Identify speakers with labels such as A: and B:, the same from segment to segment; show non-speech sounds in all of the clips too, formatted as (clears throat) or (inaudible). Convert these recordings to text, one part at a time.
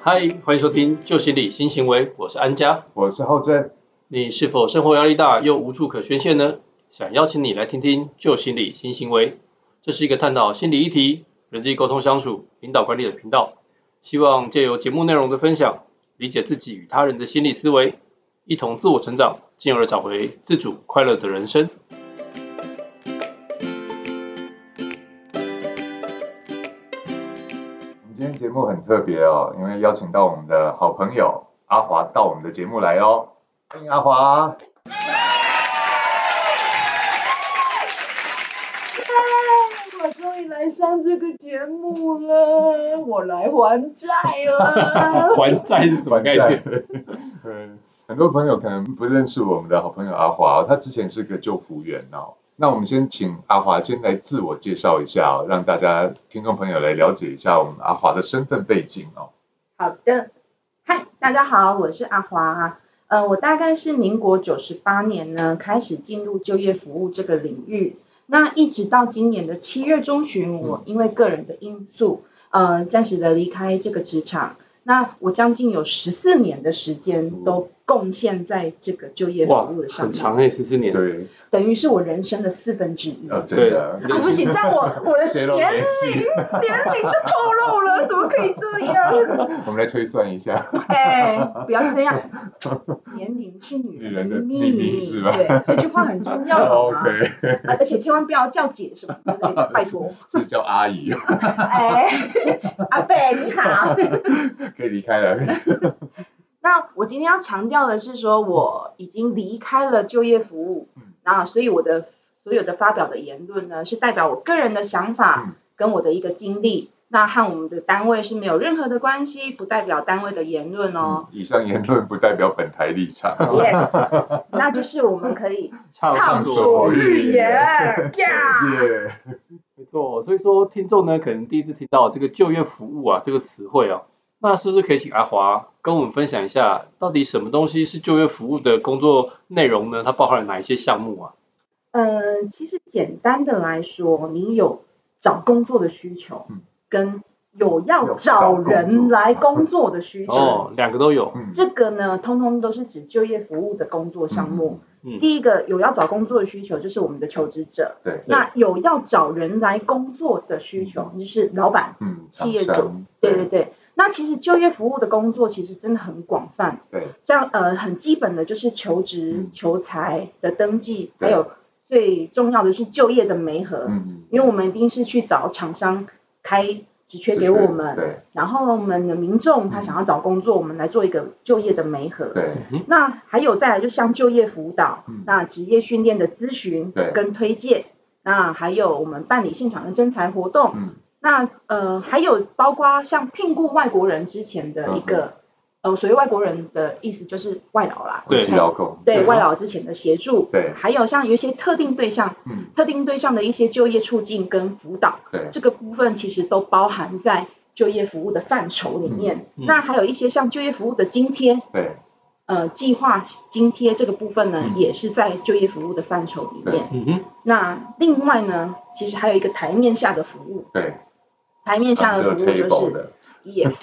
A: 嗨，欢迎收听《旧心理新行为》，我是安嘉。
B: 我是浩正，
A: 你是否生活压力大又无处可宣泄呢？想邀请你来听听《旧心理新行为》，这是一个探讨心理议题、人际沟通相处、领导管理的频道。希望借由节目内容的分享，理解自己与他人的心理思维，一同自我成长，进而找回自主快乐的人生。
B: 我们今天节目很特别哦，因为邀请到我们的好朋友阿华到我们的节目来哦，欢迎阿华。
C: (laughs) 我终于来上这个节目了，我来还债
A: (laughs)
C: 了。
A: 还债是什么概念？
B: 嗯，很多朋友可能不认识我们的好朋友阿华、哦，他之前是个救服员哦。那我们先请阿华先来自我介绍一下、哦，让大家听众朋友来了解一下我们阿华的身份背景哦。
C: 好的，嗨，大家好，我是阿华。呃，我大概是民国九十八年呢开始进入就业服务这个领域，那一直到今年的七月中
A: 嗯
C: 旬，我因为个人的因素，呃，暂时的离开这个职场。那我将近有十四年的时间都贡献在这个就业服
A: 嗯哇
C: 务的，上
A: 很
C: 面，
A: 长哎、十四年。
B: 对，
C: 等于是我人生的四分之一。
B: 呃，真的，
A: 对
C: (laughs) 啊，不
B: (laughs)
C: 行，这样我我的
B: 泄
C: 年
B: 露
C: 龄
B: 年
C: 年
B: 纪
C: 龄就透露了，怎么可以这样？
B: 我们来推算一下，
C: 哎，不要这样，
B: (laughs)
C: 年龄是女人的秘
B: 女人的秘密
C: 密，
B: 是吧
C: 对，这句话很重要好吗
B: (laughs) OK，
C: 啊而且千万不要叫姐什么之类的，拜
B: (laughs)
C: 托。
B: 是叫阿姨，
C: 哎，阿贝你好。
B: 可以离开了。
C: 那我今天要强调的是说，我已经离开了就业服务
B: 嗯，
C: 那所以我的所有的发表的言论呢，是代表我个人的想
B: 嗯
C: 法跟我的一个经历，那和我们的单位是没有任何的关系，不代表单位的言论哦。
B: 嗯以上言论不代表本台立场。
C: Yes，那 (laughs) 就是我们
B: (laughs)
C: 可以
A: 畅
C: 畅
A: 所
C: 所
B: 欲
C: 欲
B: 言 (laughs)
C: 言呀。
B: 耶，
A: 没错，所以说听众呢，可能第一次听到这个就业服务啊这个词汇啊，那是不是可以请阿华跟我们分享一下，到底什么东西是就业服务的工作内容呢？它包含了哪一些项目啊？
C: 嗯，其实简单的来说，你有找工作的需求
B: 嗯，
C: 跟
B: 有
C: 有要
B: 找
C: 找
B: 工
C: 人
B: 作
C: 来工作的需求。
A: 哦，两个都有，
B: 嗯
C: 这个呢，通通都是指就业服务的工作项目。
A: 嗯嗯
C: 第一个有要找工作的需求，就是我们的求职者；
B: 对，
C: 那有要找人来工作的需求，就是老板。
B: 嗯，
C: 企业
B: 厂
C: 主
B: 商
C: 对对对。那其实就业服务的工作其实真的很广泛，
B: 对，
C: 像呃很基本的就是求职
B: 嗯、
C: 求财的登记，
B: 对
C: 还有最重要的是就业的媒合，
B: 嗯，
C: 因为我们一定是去找厂商开职缺给
B: 职缺
C: 我们，
B: 对嗯
C: 然后我们的民众他想要找工作，我们来做一个就业的媒合，
B: 对
C: 那还有再来，就像就业辅导，
B: 嗯
C: 那职业训练的咨询
B: 对
C: 跟推荐，那还有我们办理现场的征才活动，
B: 嗯
C: 那呃还有包括像聘雇外国人之前的一个，
B: 嗯
C: 呃所谓外国人的意思就是外劳啦，
A: 对
B: 国际劳工，
C: 对
A: 对
C: 外劳之前的协助，
B: 对
C: 还有像有一些特定对象，
B: 嗯
C: 特定对象的一些就业促进跟辅导，
B: 对
C: 这个部分其实都包含在就业服务的范畴里面。
A: 嗯嗯
C: 那还有一些像就业服务的津贴，
B: 对
C: 呃计划津贴这个部分呢，
B: 嗯
C: 也是在就业服务的范畴里面。
A: 嗯哼，
C: 那另外呢，其实还有一个台面下的服务，
B: 对，
C: 台面下的服
B: Under
C: 务就
B: 啊 table
C: 是哦
B: 的
C: yes，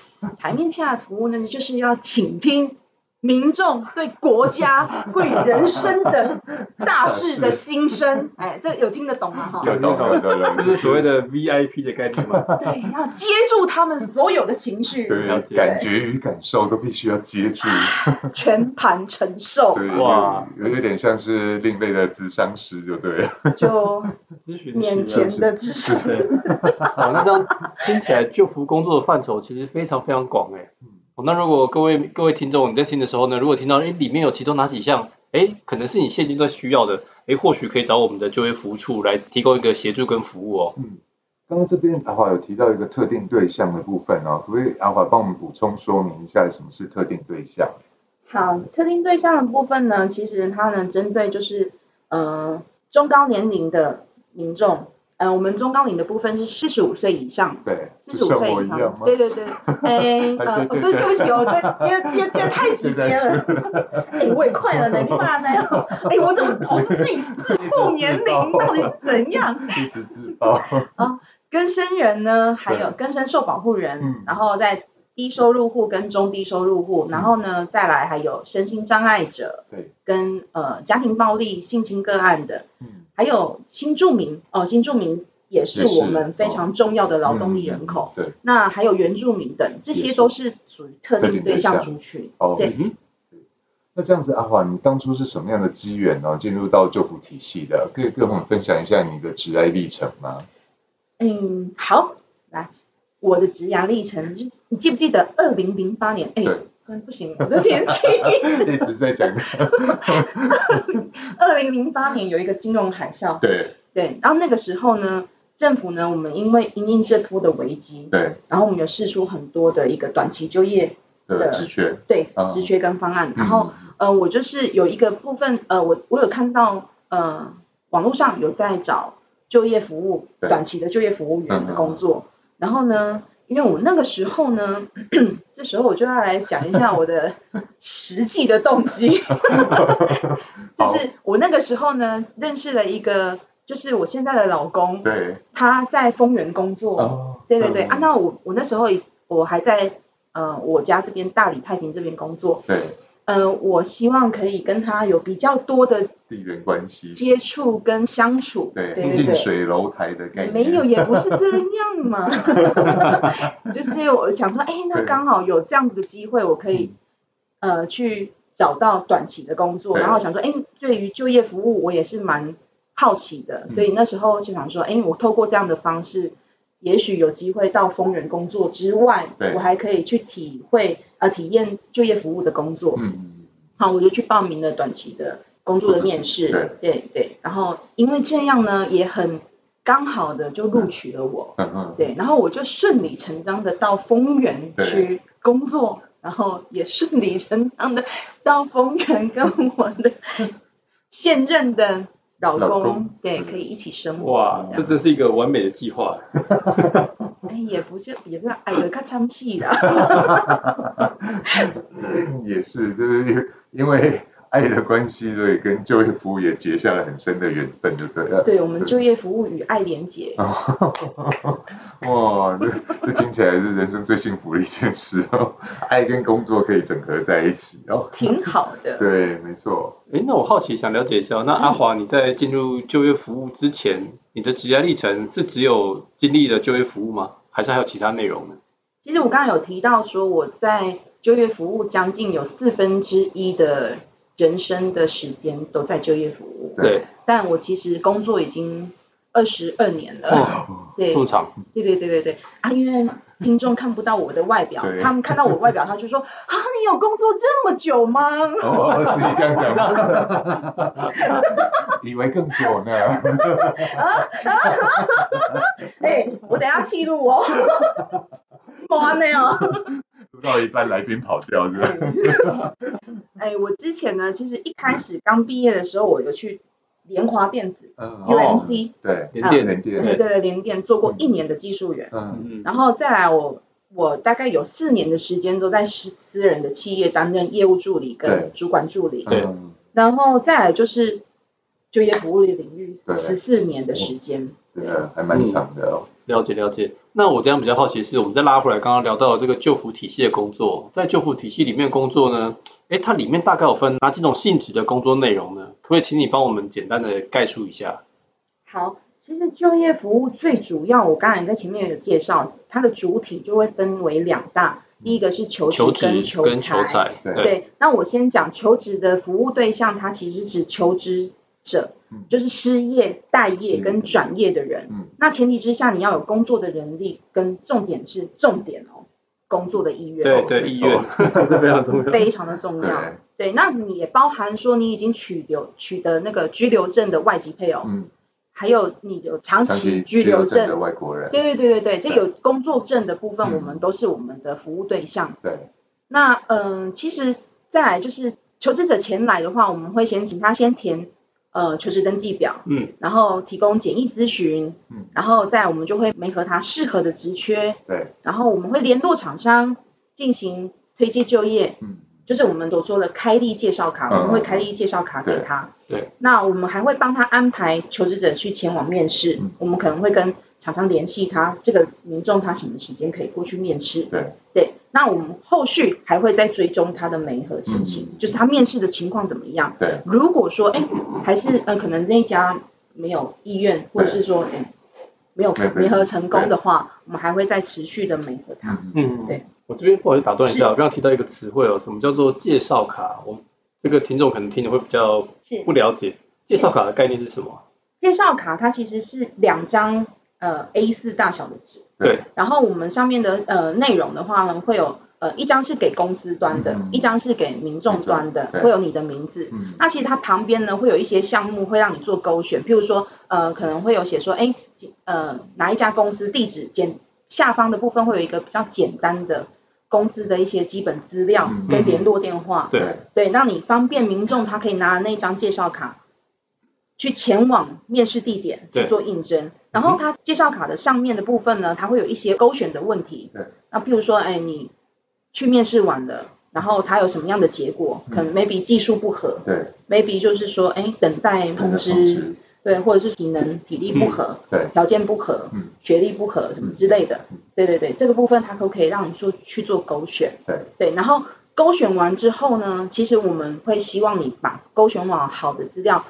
B: (laughs)
C: 台面下的服务呢，就是要倾听。民众对
B: (laughs)
C: 国家、对人生的大事的心
B: (laughs)
C: 声，哎，这有听得懂吗？哈，
B: 有懂有懂有
A: (laughs) 这
B: 懂，
A: 是所谓的 VIP 的概念嘛？
C: 对，要接住他们所有的情绪，
A: 了
B: 对
A: 解
B: 感觉与感受都必须要接住，
C: 全盘承受，
B: 对，
A: 哇
B: 有有点像是另类的智商师，就对了，
C: 就
A: (laughs) 咨询
C: 眼
A: 师啊。
C: 前的知
B: (laughs)
C: 识。
A: 对，好，那这样听起来就服工作的范畴其实非常非常广哎、
B: 嗯
A: 哦那如果各位各位听众你在听的时候呢，如果听到诶里面有其中哪几项，诶可能是你现阶段需要的，诶或许可以找我们的就业服务处来提供一个协助跟服务哦。
B: 刚刚这边阿华有提到一个特定对象的部分哦，可不可以阿华帮我们补充说明一下什么是特定对象？
C: 好，特定对象的部分呢，其实它呢针对就是呃中高年龄的民众，呃我们中高龄的部分是四十五岁以上。
B: 对，
C: 四十五
B: 像
C: 岁
B: 我
C: 以
B: 一
C: 上
B: 样吗，？
C: 对对
B: (laughs)
C: 对，哎，
B: 哎
C: 呃，
B: 对对
C: 不
B: 对
C: 是，对不起，我这接接接太直
B: (laughs)
C: 接了， (laughs) 哎，我也快了呢，你骂呢？ (laughs) 哎，我怎么总是自己自曝年龄，到底是怎样？
B: 一直自爆，
C: 更生人呢，还有
B: 对
C: 更生受保护人，
B: 嗯
C: 然后再低收入户跟中低收入户，然后呢，再来还有身心障碍者，
B: 对，
C: 跟呃家庭暴力、性侵个案的，
B: 嗯，
C: 还有新住民哦，新住民也是
B: 也是嗯
C: 我们非常重要的劳动力人口。
B: 对，
C: 那还有原住民等，这些都是属于特
B: 特定
C: 定
B: 对
C: 对
B: 象
C: 象族群。
B: 哦，
C: 对
A: 嗯
B: 那这样子，阿华，你当初是什么样的机缘呢、进入到救辅体系的？可以跟我们分享一下你的职业历程吗？ (laughs)
C: 嗯，好，来，我的职涯历程，就是你记不记得二零零八年？哎
B: 对，
C: 嗯不行，我的年纪。
B: 一直在讲， (laughs)
C: 二零零八年有一个金融海啸，
B: 对
C: 对，然后那个时候呢，政府呢，我们因为因应这波的危机，
B: 对
C: 然后我们有试出很多的一个短期就业
B: 对，
C: 对
B: 职缺，
C: 对
B: 啊
C: 职缺跟方案，然后呃，我就是有一个部分，呃，我我有看到，呃，网络上有在找就业服务，
B: 对
C: 短期的就业服务员
B: 嗯嗯
C: 的
B: 嗯
C: 工作。然后呢，因为我那个时候呢， (coughs) 这时候我就要来讲一下我
B: (laughs)
C: 的实际的动机，就
B: 好
C: 是我那个时候呢，认识了一个，就是我现在的老公，
B: 对，
C: 他在丰原工作，
B: 哦，
C: 对对对、
B: 嗯
C: 啊，那我我那时候已我还在呃我家这边大理太平这边工作，
B: 对，
C: 呃，我希望可以跟他有比较多的
B: 地缘关系，
C: 接触跟相处。
B: 对，
C: 对
B: 近
C: 对
B: 水楼台的概
C: 对，
B: 念，
C: 没有，也不是这
B: (laughs)
C: 样嘛。 (laughs) 就是我想说，哎，那
B: 对
C: 刚好有这样子的机会，我可以呃去找到短期的工作，
B: 嗯对
C: 然后想说，哎，对于就业服务，我也是蛮好奇的，
B: 嗯
C: 所以那时候就想说，哎，我透过这样的方式。也许有机会到丰原工作之外
B: 对，
C: 我还可以去体会呃体验就业服务的工作。
B: 嗯，
C: 好，我就去报名了短期的工作的面试，
B: 对
C: 对对，然后因为这样呢，也很刚好的就录取了我，
B: 嗯嗯， (clears throat)
C: 对，然后我就顺理成章的到丰原
B: 对
C: 去工作，然后也顺理成章的到丰原跟我的现任的老公，
B: 老公
C: 对，
B: 嗯
C: 可以一起生活，
A: 哇，这真是一个完美的计划。
C: 哎，也不是也不是矮的看唱戏啦，
B: 也是，就是因为爱的关系，所以跟就业服务也结下了很深的缘分，就对了。
C: 对我们就业服务与爱连结，
B: (laughs) 哇，这这听起来是人生最幸福的一件事哦， (laughs) 爱跟工作可以整合在一起哦。
C: 挺好
B: (laughs)
C: 的。
B: 对，没错。
A: 诶，那我好奇想了解一下，那阿华你在进入就业服务之前，你的职业历程是只有经历了就业服务吗？还是还有其他内容呢？
C: 其实我刚刚有提到说，我在就业服务将近有四分之一的人生的时间都在就业服务，
A: 对，
C: 但我其实工作已经二十二年了。
A: 哦，
C: 对
A: 这么长，
C: 对对对对对啊！因为听众看不到我的外表
B: 对，
C: 他们看到我的外表，他就说啊，你有工作这么久吗？
B: 哦，自己这样讲， (laughs) 以为更久呢。
C: 哎、我等一下记录哦。 (laughs) 哇那样。
B: 录到一半，来宾跑掉是吧？
C: 哎，我之前呢，其实一开始刚毕业的时候，我有去联华电子
B: (laughs)
A: 哦
B: 嗯
C: UMC
B: 对，
A: 连电
B: 连电
C: 对对联电做过一年的技术员。
B: 嗯，
A: 嗯，
C: 然后再来我，我大概有四年的时间都在私私人的企业担任业务助理
B: 对
C: 跟主管助理，
A: 对
B: 嗯
C: 然后再来就是就业服务的领域
B: 对
C: 十四年的时间。
B: 真的还蛮长的哦。
A: 了解了解。那我这样比较好奇的是，我们再拉回来，刚刚聊到的这个救辅体系的工作，在救辅体系里面工作呢，诶，它里面大概有分哪几种性质的工作内容呢？可不可以请你帮我们简单的概述一下？
C: 好，其实就业服务最主要，我刚才在前面有介绍，它的主体就会分为两
B: 嗯
C: 大，第一个是求职
A: 求职
C: 跟求
A: 跟
C: 财。
A: 求财，
B: 对
A: 对，
C: 对，那我先讲求职的服务对象，它其实指求职者
B: 嗯，
C: 就是失业、待业
B: 嗯
C: 跟转业的人。
B: 嗯
C: 那前提之下，你要有工作的能力，跟重点是重点哦，工作的意愿
A: 对
C: 哦，
A: 对，
B: 没
A: 意
B: 错
A: 愿 (laughs) 这非常重要。
C: (laughs) 非常的重要。
B: 对，
C: 对，那你也包含说你已经取留取得那个居留证的外籍配偶，
B: 嗯，
C: 还有你有长
B: 长
C: 期
B: 期
C: 居留
B: 证的
C: 证。
B: 外国人，
C: 对对对对对，这
B: 对
C: 有工作证的部分，
B: 嗯
C: 我们都是我们的服务对象。
B: 对，
C: 那嗯、呃其实再来就是求职者前来的话，我们会先请他先填呃求职登记表，
A: 嗯，
C: 然后提供简易咨询，
B: 嗯，
C: 然后再我们就会媒合他适合的职缺，
B: 对，
C: 然后我们会联络厂商进行推荐就业，
B: 嗯，
C: 就是我们所说的开立介绍卡，我们会开立介绍卡给他。
A: 对对
C: 那我们还会帮他安排求职者去前往面试，
B: 嗯
C: 我们可能会跟厂商联系他，这个民众他什么时间可以过去面试。
B: 对
C: 对，那我们后续还会再追踪他的媒合情形，
B: 嗯
C: 就是他面试的情况怎么样。
B: 对，
C: 如果说哎，还是呃，可能那一家没有意愿，或者是说哎没有
B: 没有
C: 媒合成功的话，我们还会再持续的媒合他。
B: 嗯，
A: 嗯，
C: 对。
A: 我这边不好意思打断一下，我刚刚提到一个词汇哦，什么叫做介绍卡？我这个听众可能听的会比较
C: 是
A: 不了解，介绍卡的概念是什么？
C: 介绍卡它其实是两张呃 A 4大小的纸，
A: 对，
C: 然后我们上面的呃内容的话呢，会有呃一张是给公司端的，
B: 嗯
C: 一张是给民众端的
B: 民众，对
C: 会有你的名字。
B: 嗯
C: 那其实它旁边呢会有一些项目会让你做勾选，譬如说呃可能会有写说，哎呃哪一家公司地址简下方的部分会有一个比较简单的公司的一些基本资料
B: 嗯
C: 跟联络电话，
A: 对，
C: 对，让你方便民众他可以拿那张介绍卡去前往面试地点
A: 对
C: 去做应征。然后他介绍卡的上面的部分呢，它会有一些勾选的问题。
B: 对。
C: 那譬如说，哎，你去面试完了，然后他有什么样的结果？可能 maybe 技术不合
B: 对，
C: ，maybe 就是说，哎，等待通知，，对，或者是体能、体力不合，
B: 对
C: 条件不合，
B: 嗯
C: 学历不合什么之类的。对对对，这个部分它都可以让你做去做勾选。
B: 对
C: 对，然后勾选完之后呢，其实我们会希望你把勾选完好的资料，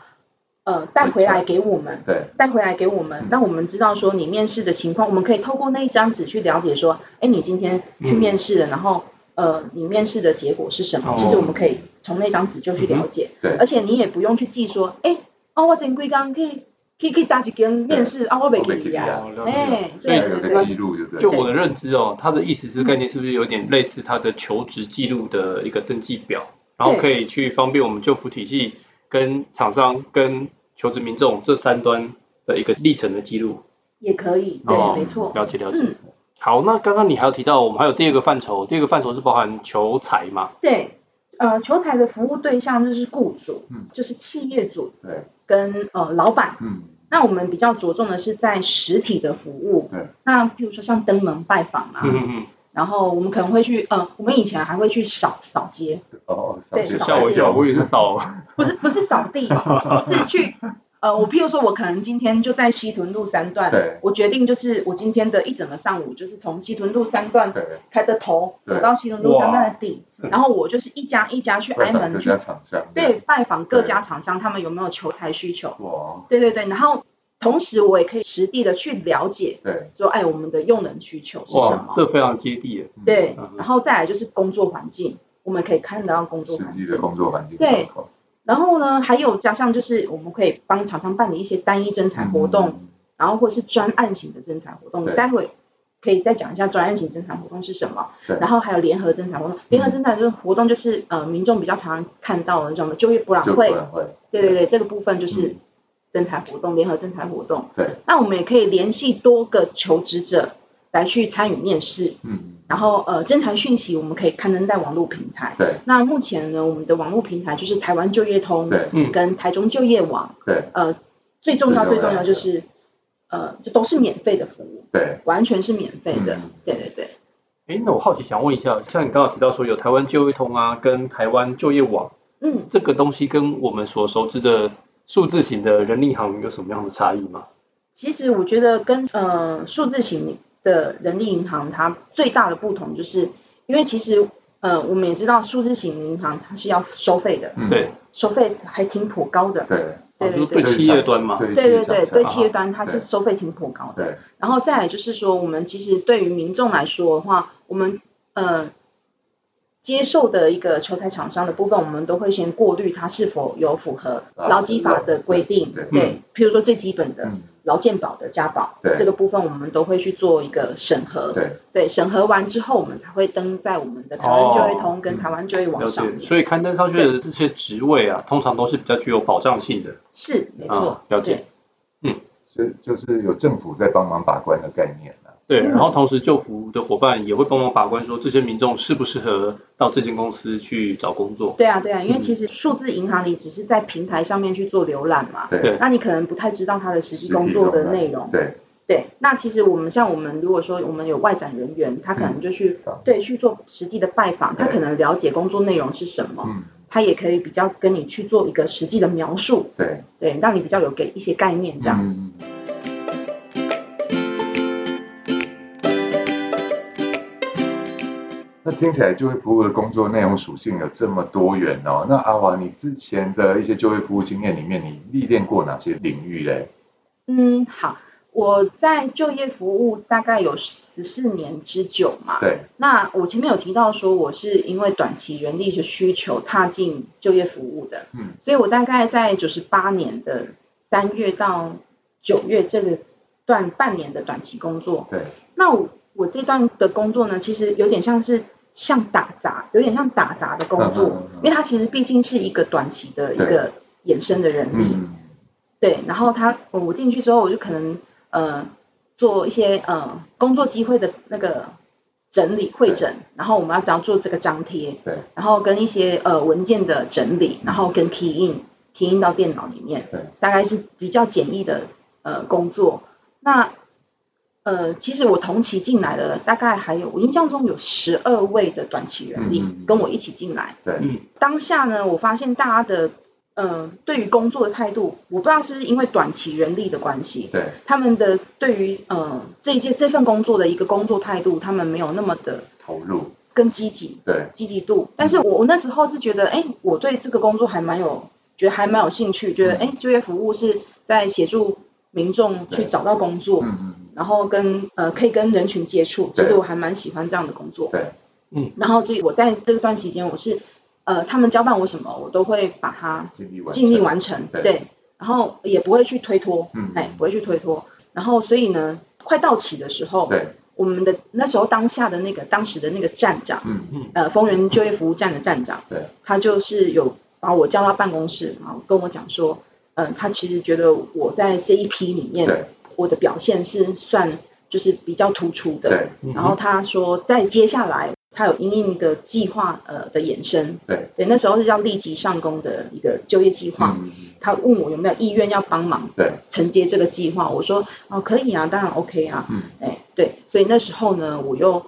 C: 呃，带回来给我们，
B: 对
C: 带回来给我们，让我们知道说你面试的情况，我们可以透过那一张纸去了解说，哎，你今天去
A: 嗯
C: 面试了，然后呃，你面试的结果是什么？
A: 哦嗯
C: 其实我们可以从那张纸就去了解，
B: 对
C: 而且你也不用去记说，哎，哦，我前几刚去去去打一间面试，啊，我没
B: 我没
C: 去
B: 去啊
C: 呀，
A: 哦，了解了
C: 哎
A: 解，所
C: 对
A: 以
B: 要有个
C: 对对，
B: 记录，对不对？
A: 就我的认知哦，它的意思是概念是不是有点类似它的求职记录的一个登记表，然后可以去方便我们就服体系跟厂商跟求职民众这三端的一个历程的记录。
C: 也可以，对，
A: 哦
C: 没错，
A: 了解了解。
C: 嗯，
A: 好，那刚刚你还有提到我们还有第二个范畴，第二个范畴是包含求财嘛？
C: 对，呃，求财的服务对象就是雇主，
B: 嗯
C: 就是企业主
B: 对，
C: 跟呃老板。
B: 嗯，
C: 那我们比较着重的是在实体的服务，
B: 对，
C: 那譬如说像登门拜访啊，
A: 嗯嗯
C: 然后我们可能会去，呃，我们以前还会去扫扫街，
B: 哦，
A: 嗯，吓我一跳，我以为是扫，
C: 不是不是扫
B: (laughs)
C: 地，是去，呃，我譬如说我可能今天就在西屯路三
B: 对
C: 段，我决定就是我今天的一整个上午就是从西屯路三段
B: 对，
C: 开的头
B: 对
C: 走到西屯路三段的底，然后我就是一家一家去挨门
B: 各
C: 去
B: 家厂商，
C: 对，，拜访各家厂商，他们有没有求财需求？
B: 哇，
C: 对对对，然后同时我也可以实地的去了解，
B: 对，
C: 说哎，我们的用人需求是什
A: 哇，
C: 么？
A: 这非常接地耶。
C: 对
A: 嗯，
C: 然后再来就是工作环境，我们可以看得到工作
B: 实
C: 环
B: 际的
C: 境。
B: 工作环境，，
C: 然后呢，还有加上就是我们可以帮厂商办理一些单一征才活
A: 嗯
C: 动，，然后或者是专案型的征才活动，
B: 对
C: 待会可以再讲一下专案型征才活动是什么，
B: 对
C: 然后还有联合征才活动。联
A: 嗯
C: 合征才就是活动就是呃民众比较常看到的那种就业博览
B: 嗯就
C: 会啊
B: 可，能会，
C: 对对对，这个部分就是
B: 嗯
C: 征才活动，联合征才活动。
B: 对，
C: 那我们也可以联系多个求职者来去参与面试，
B: 嗯，
C: 然后呃，征才讯息我们可以刊登在网络平台。
B: 对
C: 那目前呢，我们的网络平台就是台湾就业通
B: 对
A: 嗯
C: 跟台中就业网，
B: 对
C: 呃，最重要
B: 最
C: 最
B: 重
C: 重
B: 要
C: 要
B: 的
C: 就是呃，这都是免费的服务，
B: 对，
C: 完全是免费的
B: 嗯。
C: 对对对，
A: 哎，那我好奇想问一下，像你刚刚提到说有台湾就业通啊，跟台湾就业网
C: 嗯。
A: 这个东西，跟我们所熟知的数字型的人力行有什么样的差异吗？
C: 其实我觉得跟呃数字型的人力银行它最大的不同，就是因为其实呃我们也知道数字型银行它是要收费的，
A: 对，
C: 收费还挺颇高的。
B: 嗯对，
A: 啊就
C: 对
A: 是
C: 对
A: 对
C: 对。
A: 企业端嘛，
B: 对
C: 对对对，对
A: 啊
C: 企业端它
B: 对
C: 是收费挺颇高的。
B: 啊对
C: 然后再来就是说，我们其实对于民众来说的话，我们呃接受的一个求财厂商的部分，我们都会先过滤它是否有符合
B: 啊
C: 劳基法的规定，
A: 嗯
B: 对
C: 对，譬如说最基本的，
B: 嗯，
C: 劳健保的家保
B: 对
C: 这个部分，我们都会去做一个审核。
B: 对
C: 审核完之后，我们才会登在我们的台湾就业通跟台湾就业网
A: 哦嗯了
C: 上面。
A: 解。所以刊登上去的这些职位啊，通常都是比较具有保障性的。
C: 是，没错
A: 啊，了解
B: 是就是有政府在帮忙把关的概念了，
A: 对，
C: 嗯
A: 然后同时救服的伙伴也会帮忙把关，说这些民众适不适合到这间公司去找工
C: 对。
A: 作。
C: 对啊，对啊，因为
A: 嗯
C: 其实数字银行你只是在平台上面去做浏览嘛，
B: 对
C: 那你可能不太知道它的实际工作的内容。
B: 对
C: 对，那其实我们像我们如果说我们有外展人员，他可能就去、
B: 嗯
C: 对去做实际的拜访，他
B: 对
C: 可能了解工作内容是什么，
B: 嗯，
C: 他也可以比较跟你去做一个实际的描述，
B: 对，
C: 对，让你比较有给一些概念这样。
B: 嗯嗯嗯那听起来就业服务的工作内容属性有这么多元哦。那阿华，你之前的一些就业服务经验里面，你历练过哪些领域嘞？
C: 嗯，好，我在就业服务大概有十四年之久嘛。
B: 对，
C: 那我前面有提到说，我是因为短期人力的需求踏进就业服务的，
B: 嗯，
C: 所以我大概在九十八年的三月到九月这个段半年的短期工作。
B: 对，
C: 那我我这段的工作呢，其实有点像是像打杂，有点像打杂的工作，
B: 嗯嗯嗯嗯
C: 因为它其实毕竟是一个短期的一
B: 对
C: 个衍生的人力。
B: 嗯，
C: 对，然后他我我进去之后，我就可能呃做一些呃工作机会的那个整理会诊，然后我们要只要做这个张贴，
B: 对，
C: 然后跟一些呃文件的整理，然后跟 key in key in 到电脑里面，
B: 对，
C: 大概是比较简易的呃工作。那呃，其实我同期进来的大概还有，我印象中有十二位的短期人力
B: 嗯嗯嗯
C: 跟我一起进来，
B: 对，
A: 嗯，
C: 当下呢，我发现大家的呃对于工作的态度，我不知道是不是因为短期人力的关系，
B: 对，
C: 他们的对于呃这一件这份工作的一个工作态度，他们没有那么的
B: 投入，
C: 跟积极
B: 对，
C: 积极度。但是我我那时候是觉得，哎，我对这个工作还蛮有，觉得还蛮有兴趣，觉得
B: 嗯
C: 哎，就业服务是在协助民众去
B: 对
C: 找到工作，
B: 嗯嗯，
C: 然后跟呃可以跟人群接触，其实
B: 对
C: 我还蛮喜欢这样的工作。
B: 对，
A: 嗯，
C: 然后所以我在这段期间，我是呃他们交办我什么，我都会把它
B: 尽力完，
C: 尽力，完成，
B: 对
C: 然后也不会去推脱，
B: 嗯
C: 哎，不会去推脱。然后所以呢，快到期的时候，
B: 对，
C: 我们的那时候当下的那个当时的那个站长，
B: 嗯，
C: 呃，丰原就业服务站的站长，
B: 对，
C: 他就是有把我叫到办公室，然后跟我讲说，嗯、他其实觉得我在这一批里面，
B: 对，
C: 我的表现是算就是比较突出的，
B: 对，
A: 嗯
C: 然后他说，在接下来他有因应的计划呃的延伸，
B: 对
C: 对，那时候是要立即上工的一个就业计划。
B: 嗯，
C: 他问我有没有意愿要帮忙
B: 对，
C: 承接这个计划，我说哦可以啊，当然 OK 啊，
B: 嗯，
C: 哎对，所以那时候呢，我又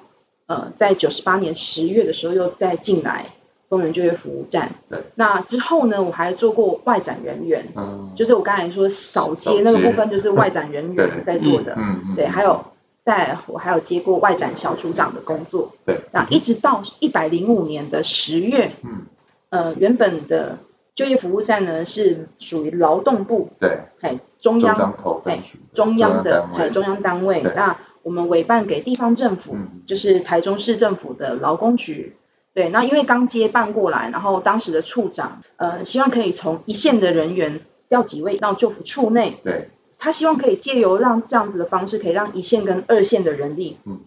C: 呃在九十八年十月的时候又再进来工人就业服务站，
B: 对，
C: 那之后呢，我还做过外展人员，
B: 嗯，
C: 就是我刚才说扫
B: 扫
C: 街
B: 街
C: 那个部分，就是外展人员
B: 对
C: 在做的，
B: 嗯嗯，
C: 对，啊还有在我还有接过外展小组长的工作，
B: 对，
C: 那一直到一百零五年的十月，
B: 嗯，
C: 呃，原本的就业服务站呢是属于劳动部，
B: 对，
C: 哎，中
B: 中
C: 央
B: 央投分区，
C: 中央的
B: 单
C: 哎
B: 位，
C: 中央单位
B: 对，
C: 那我们委办给地方政府，
B: 嗯
C: 就是台中市政府的劳工局。对，那因为刚接办过来，然后当时的处长，呃，希望可以从一线的人员调几位到就服处内，
B: 对，
C: 他希望可以借由让这样子的方式，可以让一线跟二线的人力，
B: 嗯，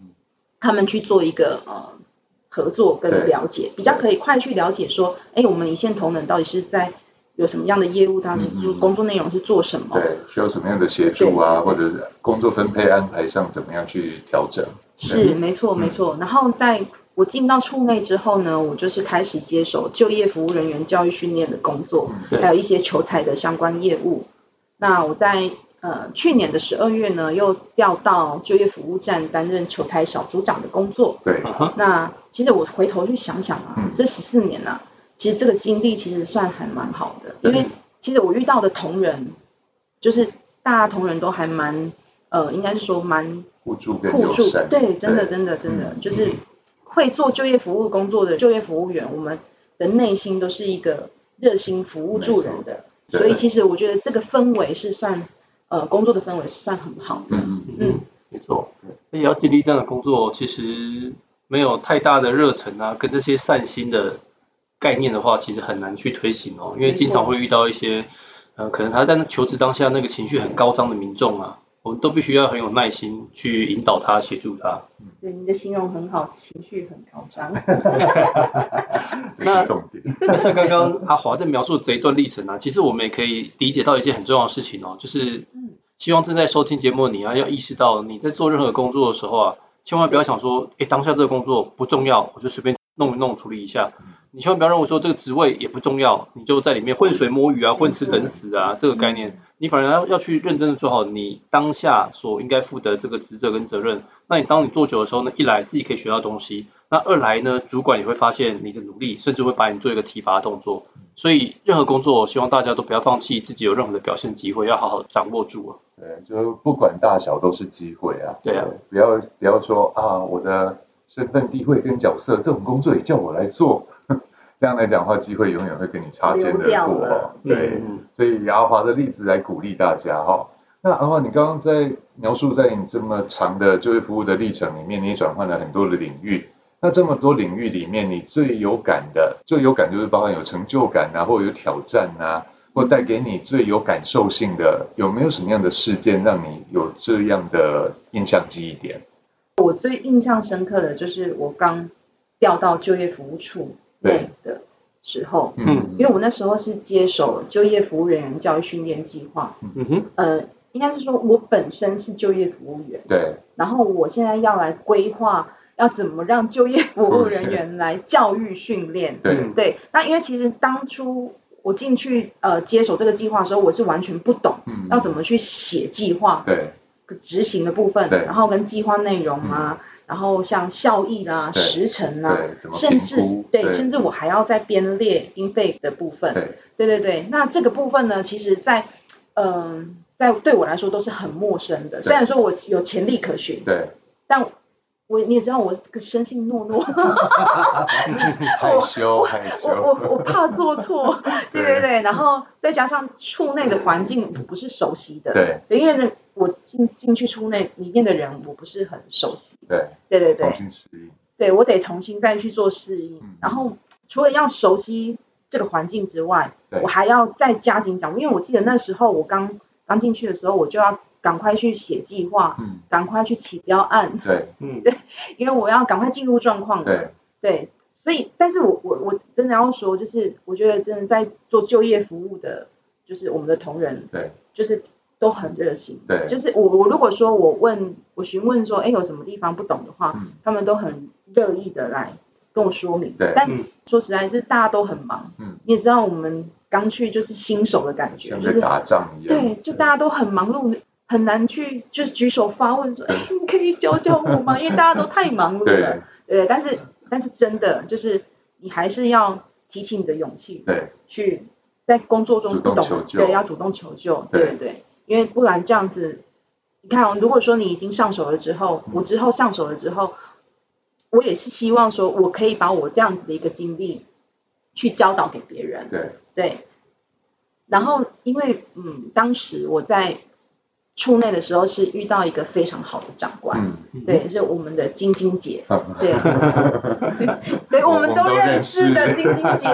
C: 他们去做一个呃合作跟
B: 对
C: 了解，比较可以快去了解说，哎，我们一线同仁到底是在有什么样的业务，他们是做
B: 嗯嗯嗯
C: 工作内容是做什么？
B: 对，需要什么样的协助啊，或者是工作分配安排上怎么样去调整？
C: 是没错
B: 嗯
C: 没错。然后在我进到处内之后呢，我就是开始接手就业服务人员教育训练的工作，
B: 嗯
A: 对
C: 还有一些求财的相关业务。那我在呃去年的十二月呢，又调到就业服务站担任求财小组长的工作。
B: 对，
A: 啊哈，
C: 那其实我回头去想想啊，
B: 嗯
C: 这十四年啊，其实这个经历其实算还蛮好的，因
B: 对
C: 为其实我遇到的同仁，就是大家同仁都还蛮呃，应该是说蛮
B: 互助跟
C: 互
B: 友
C: 助
B: 善，，
C: 对，真的，真的，真的，
B: 嗯
C: 就是会做就业服务工作的就业服务员，我们的内心都是一个热心服务助人的，
B: 对
C: 所以其实我觉得这个氛围是算，呃，工作的氛围是算很好的。
B: 嗯嗯，
A: 嗯，没错，而且要经历这样的工作，其实没有太大的热忱啊，跟这些善心的概念的话，其实很难去推行哦，因为经常会遇到一些，呃，可能他在那求职当下那个情绪很高涨的民众啊，我们都必须要很有耐心去引导他、协助他。
C: 对，你的形容很好，情绪很高涨。
B: (laughs) 嗯这是重点，
A: (laughs) 但是刚刚阿华在描述这一段历程啊，其实我们也可以理解到一件很重要的事情哦，就是
C: 嗯
A: 希望正在收听节目的你啊，要意哎识到你在做任何工作的时候啊，千万不要想说，诶，当下这个工作不重要，我就随便。弄一弄处理一下。你千万不要认为说这个职位也不重要，你就在里面浑水摸鱼啊，混吃等死啊，这个概念，你反而要要去认真的做好你当下所应该负的这个职责跟责任。那你当你做久的时候呢，一来自己可以学到东西，那二来呢，主管也会发现你的努力，甚至会把你做一个提拔动作。所以任何工作，希望大家都不要放弃自己有任何的表现机会，要好好掌握住啊。
B: 对，就不管大小都是机会啊。
A: 对啊，
B: 不要不要说啊，我的身份地位跟角色这种工作也叫我来做， (laughs) 这样来讲的话，机会永远会跟你擦肩而
C: 流掉
B: 过
C: 了
B: 哦。对，
A: 嗯
B: 所以以阿华的例子来鼓励大家哈、那阿华，你刚刚在描述在你这么长的就业服务的历程里面，你也转换了很多的领域。那这么多领域里面，你最有感的，最有感就是包含有成就感啊，或者有挑战啊，或带给你最有感受性的，有没有什么样的事件让你有这样的印象记忆点？
C: 我最印象深刻的就是我刚调到就业服务处内的时候，
A: 嗯
C: 因为我那时候是接手就业服务人员教育训练计划，
A: 嗯哼，
C: 呃，应该是说我本身是就业服务员，
B: 对，
C: 然后我现在要来规划要怎么让就业服务人员来教育训练。
B: 对
A: 嗯
C: 对，那因为其实当初我进去呃接手这个计划的时候，我是完全不懂
B: 嗯
C: 要怎么去写计划、
B: 对
C: 执行的部分，
B: 对嗯
C: 然后跟计划内容啊，然后像效益啦、
B: 对
C: 时程啊，
B: 对，怎么
C: 甚
B: 评
C: 至
B: 估？
C: 对，甚至我还要再编列经费的部分。
B: 对
C: 对对对，那这个部分呢，其实在，嗯，在对我来说都是很陌生的。虽然说我有潜力可循，
B: 对， (laughs)
C: 但我你也知道我这个生性懦弱，
B: 害羞害
C: 我我
B: 羞，
C: 我怕做
B: (laughs)
C: 错，对对对，然后再加上处内的环境我不是熟悉的，
B: 对
C: 对，因为呢我进进去处内里面的人我不是很熟悉，
B: 对，
C: 对对对
B: 重，新适应，
C: 对我得重新再去做适应。
B: 哦嗯
C: 然后除了要熟悉这个环境之外
B: 对，
C: 我还要再加紧掌握，因为我记得那时候我刚刚进去的时候，我就要赶快去写计划，
B: 嗯，
C: 赶快去起标案，
B: 对
A: 嗯
C: 因为我要赶快进入状况
B: 对
C: 了。对，所以，但是我我我真的要说，就是我觉得真的在做就业服务的，就是我们的同仁，
B: 对，
C: 就是都很热心。
B: 对，
C: 就是我我如果说我问我询问说，哎，有什么地方不懂的话，
B: 嗯
C: 他们都很乐意的来跟我说明。
B: 对
C: 但
A: 嗯
C: 说实在，就是大家都很忙。
B: 嗯，
C: 你也知道我们刚去就是新手的感觉，
B: 像
C: 就
B: 在
C: 是
B: 打仗一样，
C: 对，就大家都很忙碌，很难去就是举手发问说，哎，你可以教教我吗？因为大家都太忙碌了
B: 对。
C: 对，呃但是但是真的就是你还是要提起你的勇气，
B: 对
C: 去在工作中
B: 主
C: 不
B: 动
C: 懂
B: 求
C: 的，
B: 救
C: 对，要主动求救，
B: 对
C: 对对对，因为不然这样子，你看、哦，如果说你已经上手了之后，我之后上手了之后，我也是希望说我可以把我这样子的一个经历去教导给别人，
B: 对
C: 对。然后因为嗯，当时我在出内的时候是遇到一个非常好的长官，
B: 嗯，
C: 对，是我们的晶晶姐，
B: 好
C: 对，对，
B: 我
C: 我们都
B: 我们都
C: 认识的
B: 认识
C: 晶晶姐，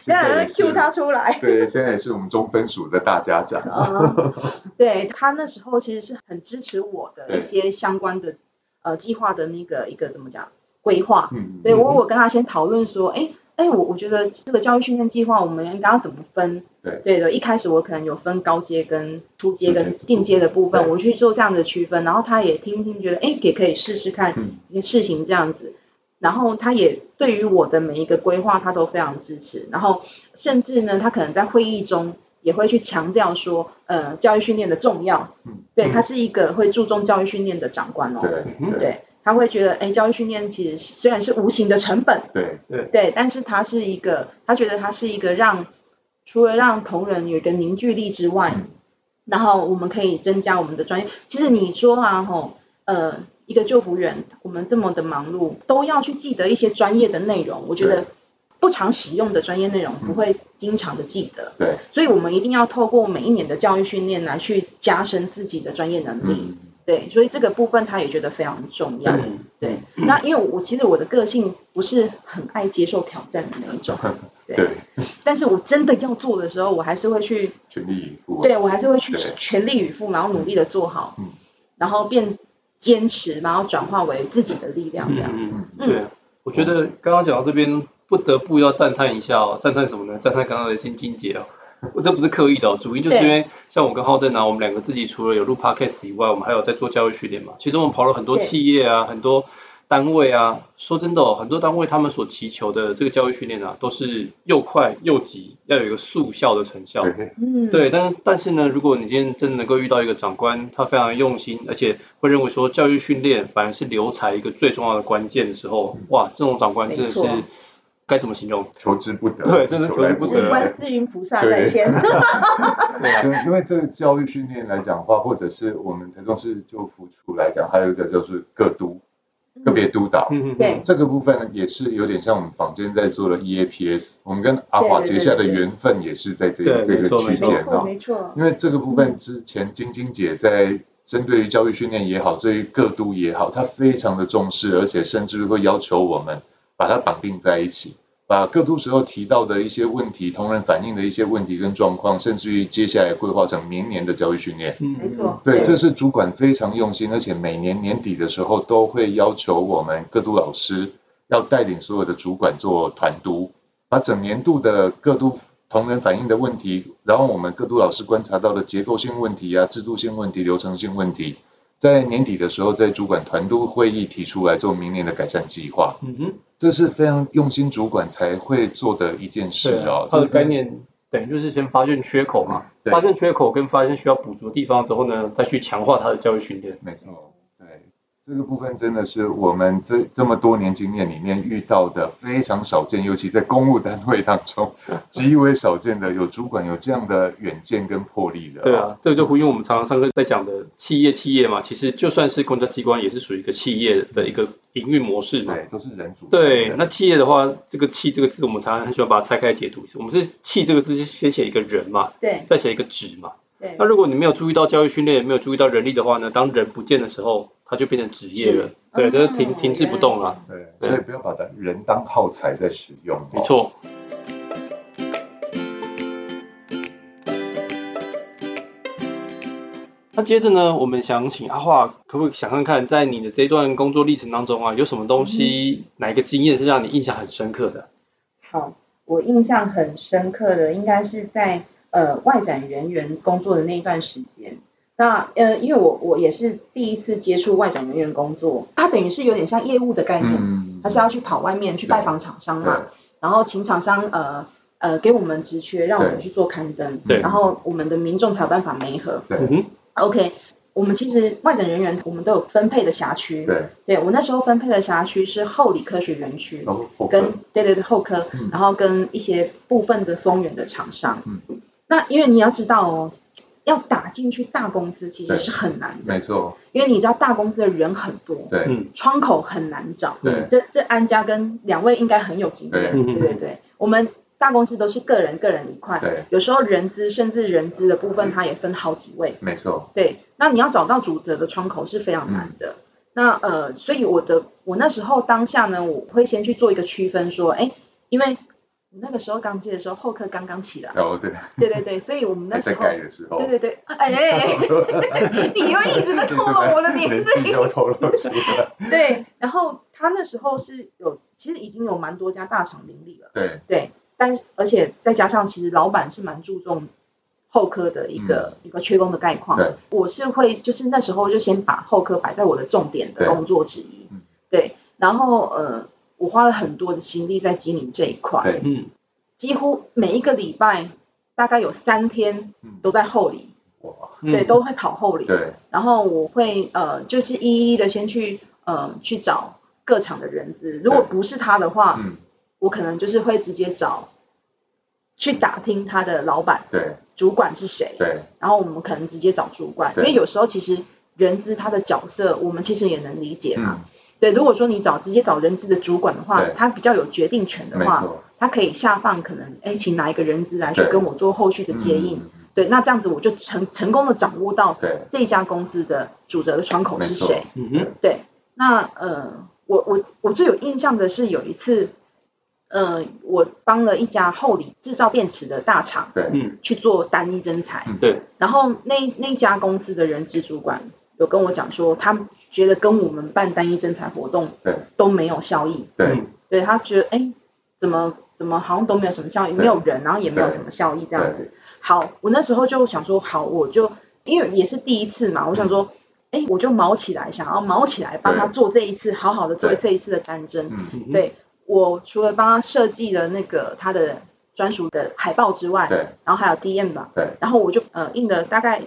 C: 现在
B: 在
C: 要
B: 也
C: Q
B: 是
C: 她出
B: (laughs)
C: 来。
B: 对，现在也是我们中分署的大家长，
C: 嗯，对她那时候其实是很支持我的
B: 对
C: 一些相关的呃计划的那个一个怎么讲规划。
B: 嗯，
C: 对我，我跟她先讨论说，哎哎，我我觉得这个教育训练计划我们应该要怎么分？
B: 对
C: 对的，一开始我可能有分高阶跟初阶
B: 初阶
C: 跟进阶的部分，
B: 对
C: 我去做这样的区分，然后她也听听觉得，哎，也可以试试看，
B: 嗯
C: 事情这样子。然后他也对于我的每一个规划，他都非常支持。然后甚至呢，他可能在会议中也会去强调说，呃，教育训练的重要。
B: 嗯，
C: 对
A: 嗯
C: 他是一个会注重教育训练的长官哦。
B: 对
A: 嗯
B: 对
C: 对他会觉得，哎，教育训练其实是虽然是无形的成本，
B: 对
C: 对，但是它是一个，他觉得它是一个让除了让同仁有一个凝聚力之外，
B: 嗯
C: 然后我们可以增加我们的专业。其实你说啊，吼，呃，一个救护员，我们这么的忙碌，都要去记得一些专业的内容，我觉
B: 对
C: 得。不常使用的专业内容
B: 嗯
C: 不会经常的记得，
B: 对，
C: 所以我们一定要透过每一年的教育训练来去加深自己的专业能力。
B: 嗯，
C: 对，所以这个部分他也觉得非常重要。
A: 嗯
C: 对，那因为我其实我的个性不是很爱接受挑战的那一种，
B: 对，
C: 但是我真的要做的时候，我还是会去，
B: 全力以赴，
C: 对我还是会去
B: 对
C: 全力以赴，然后努力的做好，
B: 嗯
C: 然后变坚持，然后转化为自己的力量，这样。
A: 嗯嗯，
C: 嗯
A: 对，我觉得刚刚讲到这边，不得不要赞叹一下哦，赞叹什么呢？赞叹刚刚的新金姐哦。我这不是刻意的、哦，主因就是因为像我跟浩正啊，我们两个自己除了有录 podcast 以外，我们还有在做教育训练嘛。其实我们跑了很多
C: 对
A: 企业啊，很多单位啊，说真的、哦，很多单位他们所祈求的这个教育训练啊，都是又快又急，要有一个速效的成效。
B: 对，
C: 嗯，
A: 对，但是但是呢，如果你今天真的能够遇到一个长官，他非常用心，而且会认为说教育训练反而是留才一个最重要的关键的时候，哇，这种长官真的
C: 没
A: 是
C: 错
A: 该怎么形容？
B: 求之不得，
A: 对真的求之不得
C: 是观世音菩萨在先，
A: 对啊，
B: 对，因为这个教育训练来讲的话，或者是我们台中市就服处来讲，还有一个就是各督、个别督导。
A: (laughs) 嗯嗯，
C: 对
B: 这个部分也是有点像我们坊间在做的 E EAPS，我们跟阿华结下的缘分也是在这
A: 对
B: 个这
A: 对对
B: 个区
C: 没
B: 间
C: 错
B: 啊。
C: 没错，
B: 因为这个部分之前晶晶姐在针对于教育训练也好，对于各都也好，她非常的重视，而且甚至会要求我们把它绑定在一起，把各都时候提到的一些问题、同仁反映的一些问题跟状况，甚至于接下来规划成明年的教育训练。
A: 嗯
C: 没错，
B: 对，这是主管非常用心，而且每年年底的时候都会要求我们各督老师要带领所有的主管做团督，把整年度的各督同仁反映的问题，然后我们各督老师观察到的结构性问题啊、制度性问题、流程性问题，在年底的时候在主管团督会议提出来做明年的改善计划，
A: 嗯哼，
B: 这是非常用心主管才会做的一件事
A: 对
B: 哦
A: 啊，。它的
B: 这是
A: 概念等于就是先发现缺口嘛，
B: 对
A: 发现缺口跟发现需要补足的地方之后呢，再去强化它的教育训练。
B: 没错，哦对这个部分真的是我们这这么多年经验里面遇到的非常少见，尤其在公务单位当
A: (laughs)
B: 中极为少见的，有主管有这样的远见跟魄力的。
A: 对，啊，这个就呼应我们常常上课在讲的企业，企业嘛，其实就算是公家机关，也是属于一个企业的一个营运模式嘛。
B: 对，都是人主
A: 对，那企业的话，这个“企”这个字，我们常常很喜欢把它拆开解读。我们是“企”这个字，是先写一个人嘛，
C: 对
A: 再写一个职嘛。
C: 对
A: 那如果你没有注意到教育训练，没有注意到人力的话呢，当人不见的时候，它就变成职业了
C: 是。
A: 对，
C: 哦
A: 就是啊停停滞不动
C: 原来
A: 了。
B: 对，所以不要把它人当耗材在使用、哦。
A: 没。错。那接着呢，我们想请阿华，可不可以想看看，在你的这段工作历程当中啊，有什么东西、哪一个经验是让你印象很深刻的？
C: 好，我印象很深刻的应该是在呃外展人员工作的那一段时间。那呃，因为我我也是第一次接触外展人员工作，它等于是有点像业务的概念，
B: 嗯
C: 它是要去跑外面去拜访厂商嘛，然后请厂商呃呃给我们职缺，让我们
B: 对
C: 去做刊登，
A: 对
C: 然后我们的民众才有办法媒合。
B: 对
A: 嗯哼，
C: OK，我们其实外展人员我们都有分配的辖区，
B: 对，
C: 对我那时候分配的辖区是后里科学园区，
B: 然后后
C: 跟对对对后科，
B: 嗯
C: 然后跟一些部分的丰原的厂商。
B: 嗯
C: 那因为你要知道哦，要打进去大公司其实
B: 对
C: 是很难的，
B: 没错，
C: 因为你知道大公司的人很多，
B: 对、
A: 嗯
C: 窗口很难找。
B: 对
C: 这这安家跟两位应该很有经
B: 对
C: 验，
A: 嗯
C: 对对对，我们大公司都是个人个人一块，
B: 对，嗯
C: 有时候人资甚至人资的部分它也分好几位。
B: 没错，
C: 对，那你要找到主责的窗口是非常难
B: 嗯
C: 的。那呃，所以我的我那时候当下呢，我会先去做一个区分，说，哎，因为那个时候刚接的时候，后课刚刚
B: (laughs)
C: 起来，
B: 然后哦对，
C: 对对对，所以我们 (laughs) 那
B: 还
C: 时
B: 在哦
C: 候，
B: 盖的时候，
C: 对对对，哎哎哎，你又一直在透露我的
B: (laughs)
C: 年
B: 年纪又透露出
C: (laughs)
B: 来，
C: 龄，对，然后他那时候是有，其实已经有蛮多家大厂林立了，
B: 对，
C: 但是而且再加上，其实老板是蛮注重后科的一个、一个缺工的概况
B: 嗯对。
C: 我是会就是那时候就先把后科摆在我的重点的
B: 对
C: 工作之一
B: 嗯。
C: 对，然后呃，我花了很多的心力在经营这一块，
B: 对
A: 嗯，
C: 几乎每一个礼拜大概有三天
B: 嗯，
C: 都在后里，
B: 哇，
A: 嗯
C: 对，都会跑后里。
B: 对，
C: 然后我会呃，就是一一的先去呃去找各厂的人资，如果不是他的话，
B: 嗯，
C: 我可能就是会直接找去打听他的老板、
B: 对
C: 主管是谁，
B: 对
C: 然后我们可能直接找主管，因
B: 对
C: 为有时候其实人资他的角色，我们其实也能理解嘛。
B: 嗯，
C: 对，如果说你找直接找人资的主管的话，
B: 对
C: 他比较有决定权的
B: 没
C: 话，
B: 错，
C: 他可以下放可能，哎，请哪一个人资来去
B: 对
C: 跟我做后续的接应。
B: 嗯，
C: 对，那这样子我就成成功的掌握到
B: 对，
C: 这家公司的主责的窗口
B: 没
C: 是
B: 错
C: 谁。
A: 嗯哼，
C: 对，那呃，我我我最有印象的是有一次，呃，我帮了一家厚礼制造电池的大厂
B: 对，
A: 嗯
C: 去做单一征材，
B: 嗯
A: 对，
C: 然后那那家公司的人资主管有跟我讲说，他觉得跟我们办单一征材活动
B: 对
C: 都没有效益，
A: 嗯
B: 对，
C: 对他觉得哎，怎么怎么好像都没有什么效益，
B: 对
C: 没有人，然后也没有
B: 对
C: 什么效益这样子。好，我那时候就想说，好，我就因为也是第一次嘛，我想说哎，我就毛起来，想要毛起来帮他
B: 嗯对
C: 做这一次，好好的做
B: 对
C: 这一次的战争。
B: 嗯，
A: 嗯哼
C: 对我除了帮他设计了那个他的专属的海报之外，
B: 对
C: 然后还有 DM 吧，
B: 对，
C: 然后我就呃印了大概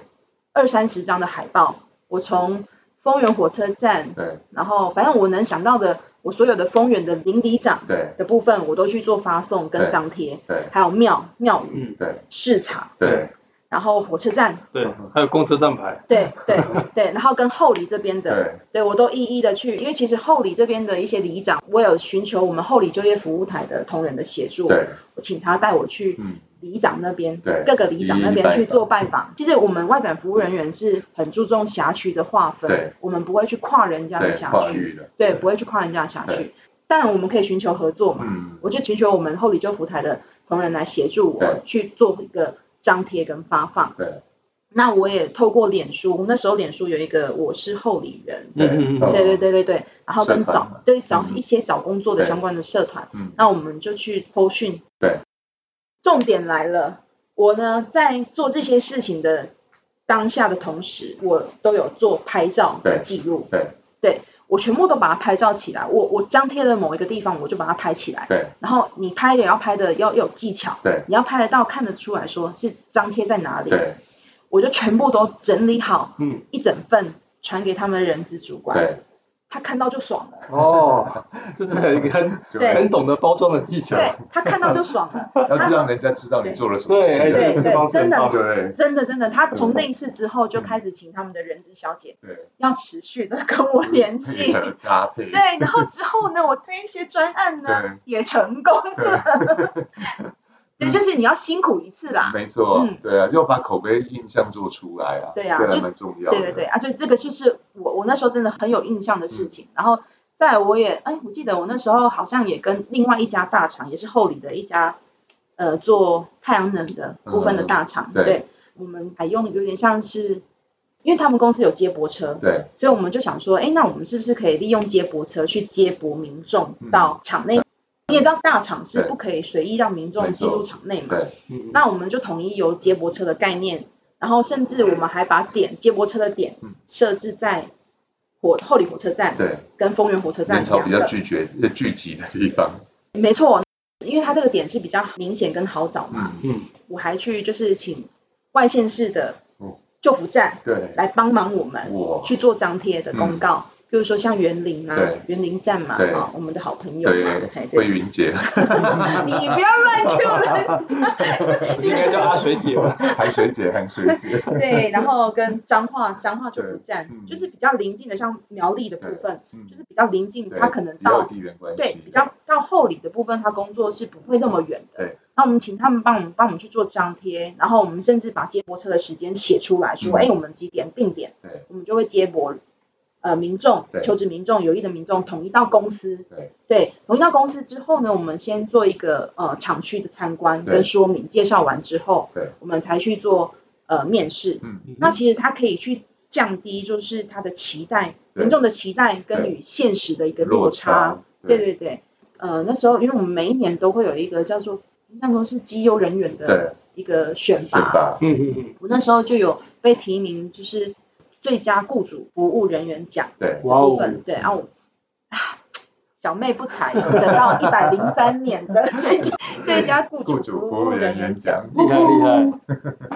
C: 二三十张的海报，我从丰原火车站，
B: 对
C: 然后反正我能想到的，我所有的丰原的邻里长
B: 对
C: 的部分，我都去做发送跟
B: 对
C: 张贴，
B: 对
C: 还有庙庙宇、
A: 嗯
B: 对
C: 市场，
B: 对
C: 然后火车站，
A: 对，还有公车站牌，
B: (laughs)
C: 对对对，然后跟后里这边的，
B: 对
C: 对我都一一的去，因为其实后里这边的一些里长，我有寻求我们后里就业服务台的同仁的协助，
B: 对，
C: 我请他带我去
B: 嗯，
C: 里长那边，
B: 对
C: 各个里长那
B: 一一拜
C: 边
B: 访
C: 去做拜访。其实我们外展服务人员是很注重辖区的划
B: 对
C: 分，我们不会去跨人家的
B: 对，
C: 辖
B: 跨
C: 区，
B: 域的，嗯
C: 对，不会去跨人家的辖
B: 对
C: 区。当然我们可以寻求合作嘛，
B: 嗯，
C: 我就寻求我们后里就服务台的同仁来协助
B: 对
C: 我去做一个张贴跟发放。
B: 对
C: 那我也透过脸书，那时候脸书有一个我是后里人，
B: 对
A: 嗯嗯嗯
B: 哦
C: 对对对对对，然后
B: 社
C: 跟
B: 团
C: 找
B: 嘛
C: 对找
B: 嗯
C: 一些找工作的
B: 对
C: 相关的社团，
B: 嗯
C: 那我们就去偷训。
B: 对，
C: 重点来了，我呢在做这些事情的当下的同时，我都有做拍照的
B: 对
C: 记录，
B: 对
C: 我全部都把它拍照起来，我我张贴了某一个地方，我就把它拍起来，
B: 对
C: 然后你拍也要拍的要要有技巧，
B: 对
C: 你要拍得到看得出来说是张贴在哪里，
B: 对
C: 我就全部都整理好
A: 嗯，
C: 一整份传给他们的人资主管，
B: 对，
C: 他看到就爽了。
A: 哦， (laughs) 这是一个很
B: 就
C: 对
A: 很懂得包装的技巧，
B: 啊
C: 对他看到就爽了，
B: 要让人家知道你做了什么
A: 对
B: 事，
A: 哎
C: 对
A: 这个方
C: 对，
A: 式
C: 真
A: 很棒
C: 的
B: (laughs) 对
C: 真的真的，他从那一次之后就开始请他们的人资小姐
B: 嗯对，
C: 要持续的跟我联
B: (laughs)
C: 系，
B: 搭配，
C: 对，啊然后之后呢，我推一些专案呢
B: 对
C: 也成功了， (laughs) 对，就是你要辛苦一次啦，
B: 没错
C: 嗯，
B: 对啊，就把口碑印象做出来啊，
C: 对啊
B: 这还
C: 就是
B: 蛮重要的，
C: 对对对，啊，所以这个就是我我那时候真的很有印象的事情，然后。再来我也哎，我记得我那时候好像也跟另外一家大厂，也是后里的一家，呃，做太阳能的部分的大厂，
B: 嗯对
C: 我们还用有点像是，因为他们公司有接驳车，
B: 对
C: 所以我们就想说，哎，那我们是不是可以利用接驳车去接驳民众
B: 嗯
C: 到场内？你也知道大厂是
B: 对
C: 不可以随意让民
B: 没错
C: 众进入场内嘛，
B: 对
A: 嗯，嗯
C: 那我们就统一由接驳车的概念，然后甚至我们还把点接驳车的点
B: 嗯
C: 设置在火后里火车站
B: 对，
C: 跟丰原火车站
B: 人潮
C: 两
B: 比较
C: 个，
B: 聚绝呃聚集的地方，
C: 没错，因为它这个点是比较明显跟好找嘛。
B: 嗯，
A: 嗯，
C: 我还去就是请外县市的
B: 嗯
C: 救扶站
B: 对，
C: 来帮忙我们
B: 哇，嗯
C: 去做张贴的公告，比如说像园林啊
B: 对，
C: 园林站嘛，
B: 对
C: 啊，我们的好朋友嘛，
B: 对
C: 哎，
B: 魏
C: 对，
B: 云
C: (laughs)
B: 杰，
C: 你不要
B: (laughs)
C: 乱 Q 人
A: 嗯应该叫阿水姐吧，
B: 韩水姐，韩水姐，
C: (laughs) 对，然后跟彰化彰化就
B: 对
C: 不站，
B: 嗯
C: 就是比较临近的，像苗栗的部分，
B: 嗯
C: 就是比较临近，
B: 对
C: 他可能
B: 比较有
C: 到
B: 地缘关系，
C: 对比较到后里的部分，他工作是不会那么远的。
B: 对，
C: 那我们请他们帮我们帮我们去做张贴，然后我们甚至把接驳车的时间写出来，说，
B: 嗯
C: 哎、我们几点定点，
B: 对
C: 我们就会接驳。呃，民众
B: 对、
C: 求职民众、有意的民众统一到公司，
B: 对
C: 统一到公司之后呢，我们先做一个呃厂区的参观
B: 对
C: 跟说明，介绍完之后，
B: 对，
C: 我们才去做呃面试。
B: 嗯，
C: 那其实它可以去降低，就是他的期待，
B: 对
C: 民众的期待跟
B: 对
C: 与现实的一个
B: 落
C: 落差。，对
B: 对
C: 对对，呃，那时候因为我们每一年都会有一个叫做印象中是绩优人员的
B: 对，
C: 一个选
B: 是
C: 拔，
B: 吧？
A: 嗯嗯嗯，
C: 我那时候就有被提名，就是最佳雇主服务人员奖
B: 对
A: 哇哦，
C: 部分。对，然后我。啊小妹不才，得到一百零三年
B: (laughs)
C: 的最佳最佳雇
B: 雇
C: 主
B: 主
C: 服
B: 服务
C: 务
B: 人
C: 人
B: 员
C: 员奖。
B: 奖，
A: 厉害厉害，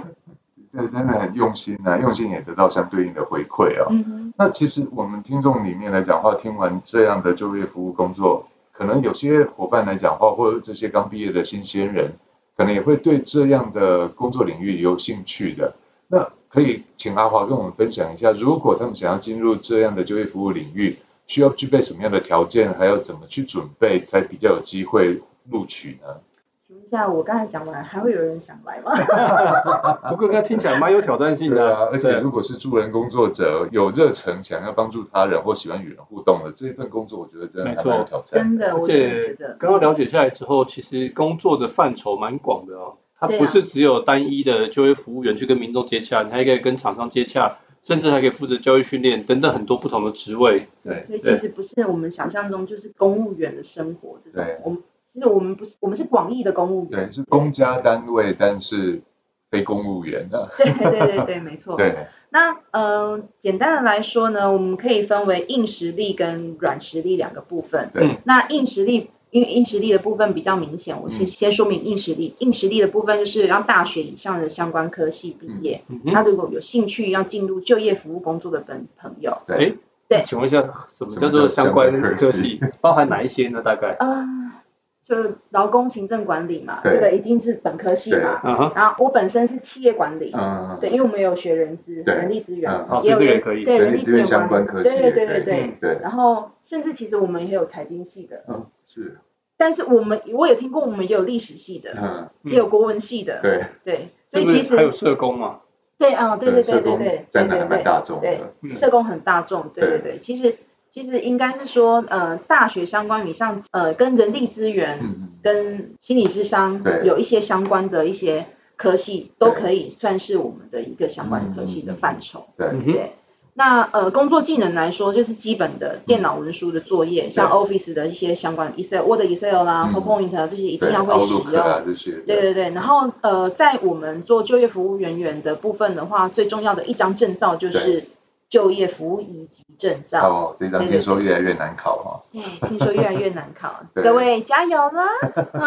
B: 这真的很用心啊，用心也得到相对应的回馈哦。
C: 嗯哼，
B: 那其实我们听众里面来讲话，听完这样的就业服务工作，可能有些伙伴来讲话，或者这些刚毕业的新鲜人，可能也会对这样的工作领域有兴趣的。那可以请阿华跟我们分享一下，如果他们想要进入这样的就业服务领域，需要具备什么样的条件，还要怎么去准备，才比较有机会录取呢？
C: 请问一下，我刚才讲完，还会有人想来吗？
A: 不过刚听起来蛮有挑战性
B: 对
A: 的
B: 啊
A: 啊，，
B: 而且
A: 对
B: 如果是助人工作者，有热忱，想要帮助他人或喜欢与人互动的这一份工作，我觉得真的还蛮有挑战。
C: 真的，
A: 而
C: 我真的觉
A: 且
C: 得，
A: 刚刚了解下来之后，其实工作的范畴蛮广的哦，它
C: 对啊
A: 不是只有单一的就业服务员去跟民众接洽，你还可以跟厂商接洽，甚至还可以负责教育训练等等很多不同的职位。
B: 对
C: 所以其
B: 对
C: 实不是我们想象中就是公务员的生活这
B: 对
C: 种。我们其实我们不是，我们是广义的公务员。
B: 对，是公家单位，但是非公务员的。啊
C: 对对对对，没错。
B: 对
C: 那呃，简单的来说呢，我们可以分为硬实力跟软实力两个部分。
B: 对
A: 嗯
C: 那硬实力，因为硬实力的部分比较明显，我
B: 嗯
C: 是先说明硬实力。硬实力的部分就是要大学以上的相关科系毕业，
A: 嗯
C: 他如果有兴趣要进入就业服务工作的朋朋友，
B: 对，
C: 对
A: 请问一下，什么
B: 什么
A: 叫做
B: 叫
A: 相关
B: 相关科
A: 科
B: 系
A: 系？包含哪一些呢？大概？
C: 呃，就劳工行政管理嘛，
B: 对
C: 这个一定是本科系嘛。
A: 嗯哼，
C: 然后我本身是企业管理，
B: 嗯，
C: 对，因为我们有学人资、
B: 对
C: 人力资源，
B: 嗯
A: 好，
C: 也
A: 所以
C: 有
A: 哦这个也可以。
C: 对
B: 人
C: 人
B: 力
C: 力
B: 资源
C: 资源
B: 相关科系，
C: 对对对对
A: 对
C: 对。然后甚至其实我们也有财经系的，
B: 嗯，是，
C: 但是我们我也听过，我们也有历史系的，
B: 嗯，
A: 嗯
C: 也有国文系的，
B: 对，
C: 对，所
A: 是
C: 以
A: 不是
C: 其实
A: 还有社工嘛？
C: 对啊，对对对
B: 社
C: 对
B: 工
C: 对对
B: 占的还
C: 对
B: 蛮
C: 对。
B: 大众
C: 对
B: 的，
A: 嗯
C: 社工很大众，对
B: 对
C: 对对，其实其实应该是说，呃，大学相关以上，呃，跟人力资源、
B: 嗯，
C: 跟心理智商
B: 对
C: 有一些相关的一些科系，都
B: 对
C: 可以算是我们的一个相关的科系的范畴。
B: 对，
A: 嗯哼，
C: 对，那呃，工作技能来说，就是基本的电脑文书的作业，像 Office 的一些相关 Excel、Word、Excel 啦、
B: 嗯
C: PowerPoint 啊，这些一定
B: 对，
C: 要会使用。
B: 克啊这些，
C: 对对对，然后呃，在我们做就业服务人员的部分的话，最重要的一张证照就是就业服务以及证照。
B: 哦，这张
C: 对对
B: 听说越来越难考哦哈，，
C: 哎，听说越来越难考
B: 对 (laughs)
C: 各位加油啦！ (laughs)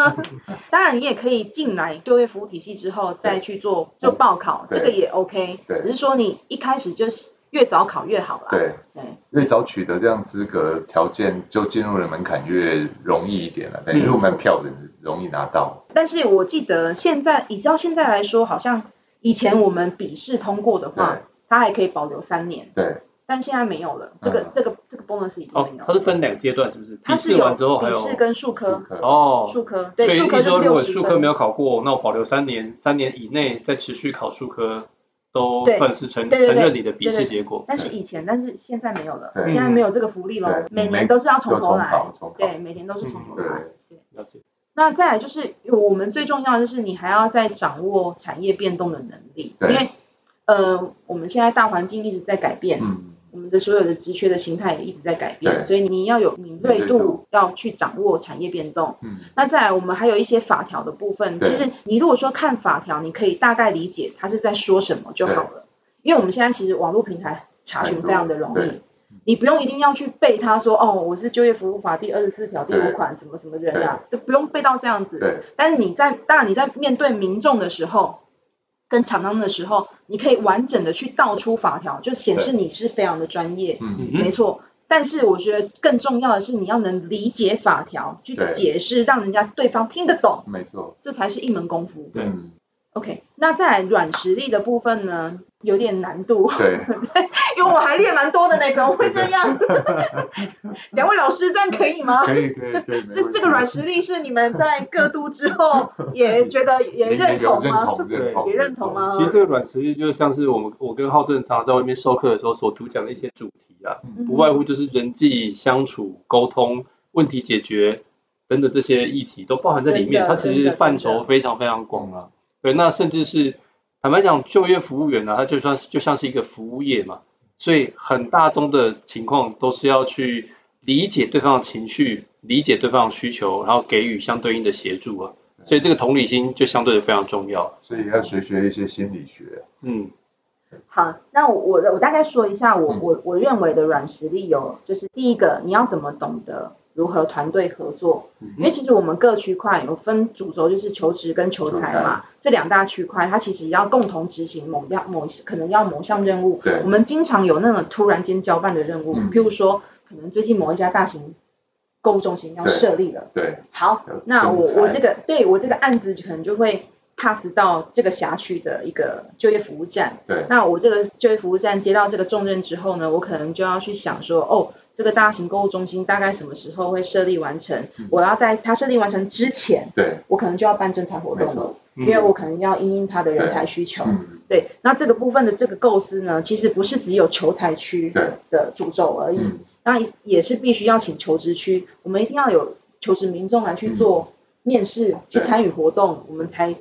C: 当然，你也可以进来就业服务体系之后再去做就报考，
B: 对
C: 这个也 OK。
B: 对
C: 只是说你一开始就是越早考越好啦。
B: 对，
C: 对
B: 越早取得这样资格条件，就进入的门槛越容易一点了，等于
A: 嗯
B: 入门票的容易拿到，
C: 但是我记得现在，以照现在来说，好像以前我们笔试通过的话
B: 对，
C: 它还可以保留三年，
B: 对，
C: 但现在没有了。这个、
B: 嗯
C: 这个这个 bonus 已经
A: 哦
C: 没有，
A: 它
C: 了。
A: 是分两个阶段，是不是？
C: 它
A: 笔
C: 是
A: 试
C: 有
A: 完之后还
C: 笔
A: 有
C: 试跟数科，
B: 哦，
A: 哦，
C: 数科
A: 所
C: 对，
A: 以
C: 数
A: 一
C: 科就
A: 周
C: 是
A: 如
C: 六
A: 果
C: 十
A: 数科没
C: 分。
A: 有考过，那我保留三年，三年以内再持续考数科，都
C: 对
A: 算是承
C: 对对对
A: 承认你的笔
C: 对
A: 试
C: 对
A: 结果。
C: 但是以前，但是现在没有了
B: 对，
C: 现在没有这个福利
B: 对
C: 了，每
B: 每
C: 年都是要从
B: 就
C: 头
B: 重
C: 来
B: 考，，重考，
C: 对，每年都是从头
B: 对
C: 来。
A: 了解。
C: 那再来就是我们最重要的就是你还要再掌握产业变动的能力，因
B: 对
C: 为呃我们现在大环境一直在改变，
B: 嗯，
C: 我们的所有的职缺的形态也一直在改
B: 对
C: 变，所以你要有敏锐
B: 敏锐度
C: 度，要去掌握产业变动。
B: 嗯，
C: 那再来，我们还有一些法条的部分。
B: 对
C: 其实你如果说看法条，你可以大概理解它是在说什么就好了。因为我们现在其实网络平台查询非常的容
B: 很多
C: 易，你不用一定要去背它说哦，我是就业服务法第二十四条第
B: 对
C: 五款什么什么人啊，就不用背到这样子。
B: 对，
C: 但是你在当然你在面对民众的时候，跟厂商的时候，你可以完整的去道出法条，就显示你是非常的专业，
B: 嗯，
C: 没
A: 嗯
C: 错。但是我觉得更重要的是，你要能理解法条，去
B: 对
C: 解释，让人家对方听得懂，
B: 没错，
C: 这才是一门功夫。
A: 对
B: 嗯，
C: OK，那再来软实力的部分呢，有点难度， (laughs)
B: 对，
C: 因为我还练蛮多的呢，怎么会这
B: (laughs)
C: 样？两位老师这样可以吗？
B: 可以，可以，可以，没
C: 这
B: 问
C: 这
B: 题
C: 个软实力是你们在各都之后也觉得也
B: (laughs) 你你
C: 认
B: 有
C: 同
B: 认
C: 吗？
B: 同，认
A: 对
B: 同，
C: 也认同吗
A: 其实这个软实力就像是我们我跟浩正常常在外面授课的时候所主讲的一些主题啊，
C: 嗯
A: 不外乎就是人际相处、沟通、问题解决等等这些议题都包含在里面。
C: 真的
A: 它其
C: 真
A: 实
C: 的
A: 范畴非常非常广啊。对，那甚至是坦白讲，就业服务员啊，它就算就像是一个服务业嘛，所以很大宗的情况都是要去理解对方的情绪，理解对方的需求，然后给予相对应的协助啊。所以这个同理心就相对的非常重要。
B: 所以要学学一些心理学，
A: 嗯，
C: 好，那我我我大概说一下我
B: 嗯
C: 我我认为的软实力有，就是第一个你要怎么懂得如何团队合作，
B: 嗯
C: 因为其实我们各区块有分主轴，就是求职跟求财
B: 求
C: 嘛，这两大区块，它其实要共同执行某样某可能要某项任务
B: 对。
C: 我们经常有那种突然间交办的任务，
B: 嗯
C: 譬如说可能最近某一家大型购物中心要
B: 对
C: 设立了，
B: 对，
C: 好
B: 有，
C: 那我
B: 仲裁
C: 我这个对我这个案子可能就会 pass 到这个辖区的一个就业服务站。
B: 对
C: 那我这个就业服务站接到这个重任之后呢，我可能就要去想说，哦，这个大型购物中心大概什么时候会设立完成？
B: 嗯
C: 我要在它设立完成之前，
B: 对，
C: 我可能就要办征才活
B: 没
C: 动
B: 错
C: 了，
A: 嗯
C: 因为我可能要因应它的人才需求。
B: 嗯，
C: 对，那这个部分的这个构思呢，其实不是只有求财区
B: 对
C: 的主轴而已，
B: 嗯，
C: 那也是必须要请求职区，我们一定要有求职民众来去做面试、去
B: 嗯对
C: 参与活动，我们才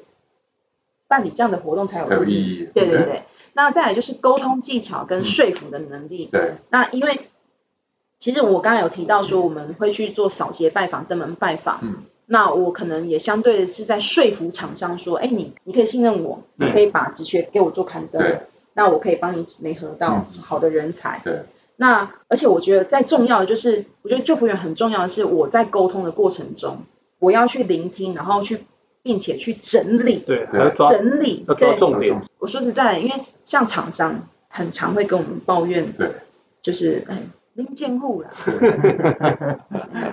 C: 办理这样的活动才
B: 才有
C: 有意义。
B: 意义，嗯
C: 对对对。那再来就是沟通技巧跟说服的能力。
B: 对，
C: 那因为其实我刚才有提到说，我们会去做扫街拜访、登门拜访。
B: 嗯
C: 那我可能也相对的是在说服厂商说，哎，你你可以信任我，
A: 对
C: 你可以把职缺给我做刊登
B: 对。
C: 那我可以帮你媒合到
A: 嗯
C: 好的人才。
B: 对，
C: 那而且我觉得再重要的就是，我觉得救服员很重要的是，我在沟通的过程中，我要去聆听，然后去并且去整理，
A: 对，还要抓
C: 整理，
A: 要抓
C: 对，
A: 重点，
C: 我说实在的，因为像厂商很常会跟我们抱怨，
B: 对，
C: 就是哎零件户啦，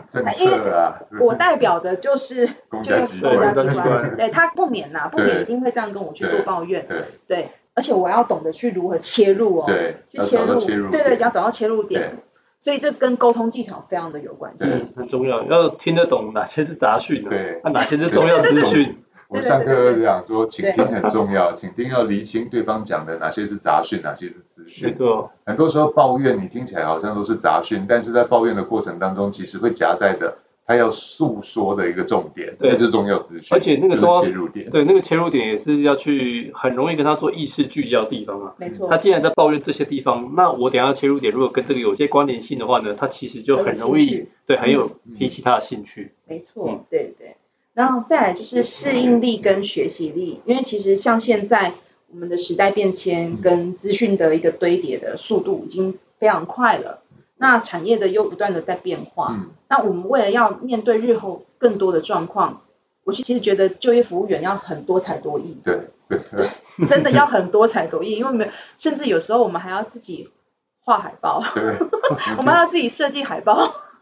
B: 政策啊，
C: 哎我代表的就是
B: 公
C: 就
B: 家
C: 是
B: 嗯机
C: 国家
A: 关
C: 机
A: 对公家机
C: 关，
A: 关
C: 对他不免啦，不免
B: 对
C: 一定会这样跟我去
B: 对
C: 做抱怨，
B: 对
C: 对，而且我要懂得去如何切入哦，
B: 对，
C: 去
B: 要找到
C: 入，
B: 切入，
C: 对对，要找到切入点，所以这跟沟通技巧非常的有关系。
A: 是嗯很重要，要听得懂哪些是杂讯啊，
B: 对
A: 那哪些是重要资讯，
B: 我们上课讲说，倾听很重要，倾听要厘清对方讲的哪些是杂讯，哪些是资
A: 没
B: 讯。
A: 错，
B: 很多时候抱怨你听起来好像都是杂讯，但是在抱怨的过程当中，其实会夹带的他要诉说的一个重点，
A: 对
B: 那就是重要资讯，
A: 而且那个
B: 就是
A: 重要
B: 切入点。
A: 对，那个切入点也是要去很容易跟他做意识聚焦的地方啊。
C: 没错，
A: 他既然在抱怨这些地方，那我等一下切入点如果跟这个有些关联性的话呢，他其实就很容
C: 很有兴
A: 易
C: 趣
A: 对很有提起他的兴趣。
C: 没错
A: 嗯，
C: 对对。然后再来就是适应力跟学习力，因为其实像现在我们的时代变迁跟资讯的一个堆叠的速度已经非常快了，那产业的又不断的在变化。
B: 嗯，
C: 那我们为了要面对日后更多的状况，我其实觉得就业服务员要很多才
B: (laughs)
C: 多艺，
B: 对对对，
C: 真的要很多才多艺，因为没有甚至有时候我们还要自己画海报，
B: 嗯
C: (laughs) 我们还要自己设计海报， (laughs)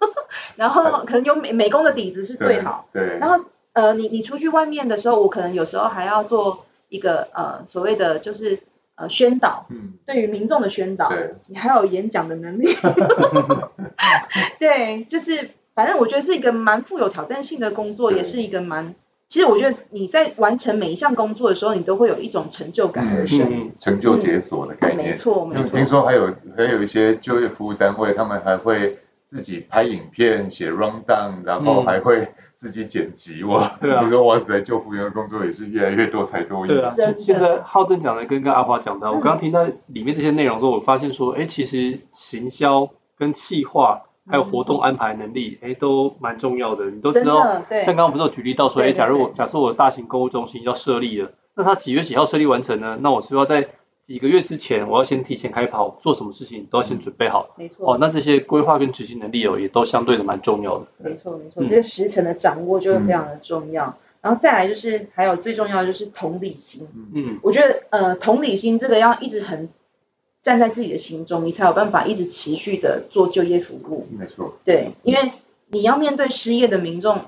C: 然后可能有美美工的底子是最好。
B: 对，
C: 然后呃，你你出去外面的时候，我可能有时候还要做一个呃所谓的就是呃宣导，
B: 嗯，
C: 对于民众的宣导，
B: 对，
C: 你还要有演讲的
A: (laughs)
C: 能力。对，就是反正我觉得是一个蛮富有挑战性的工作，
B: 对
C: 也是一个蛮。其实我觉得你在完成每一项工作的时候，你都会有一种成就感而生。
A: 嗯，
B: 成就解锁的概
C: 没
B: 念。
C: 错，嗯没
B: 因为
C: 错
B: 听，说还有还有一些就业服务单位，他们还会自己拍影片、写 rundown，然后
A: 嗯
B: 还会自己剪辑。哇，
A: 对啊
B: 你说哇塞，救服务员的工作也是越来越多才多艺。
A: 对啊，
C: 真的
A: 现在浩正讲的跟跟阿华讲的，啊我刚刚听到里面这些内容之后，我发现说，哎，其实行销跟企划还有活动安排能力，哎，都蛮重要的。你都知
C: 真
A: 道，
C: 的对
A: 像刚刚不是有举例到说，
C: 对
A: 哎，
C: 对
A: 假如我
C: 对
A: 假设我的大型购物中心要设立了，那它几月几号设立完成呢？那我是不是要在几个月之前，我要先提前开跑，做什么事情都要先准备好。
C: 没错。
A: 哦，那这些规划跟执行能力哦，也都相对的蛮重要的。
C: 没错，没错，
A: 嗯
C: 这个时辰的掌握就会非常的重要。然后再来就是，还有最重要的就是同理心。
A: 嗯，
C: 我觉得呃，同理心这个要一直很站在自己的心中，你才有办法一直持续的做就业服务。
B: 没错，
C: 对，因为你要面对失业的民众，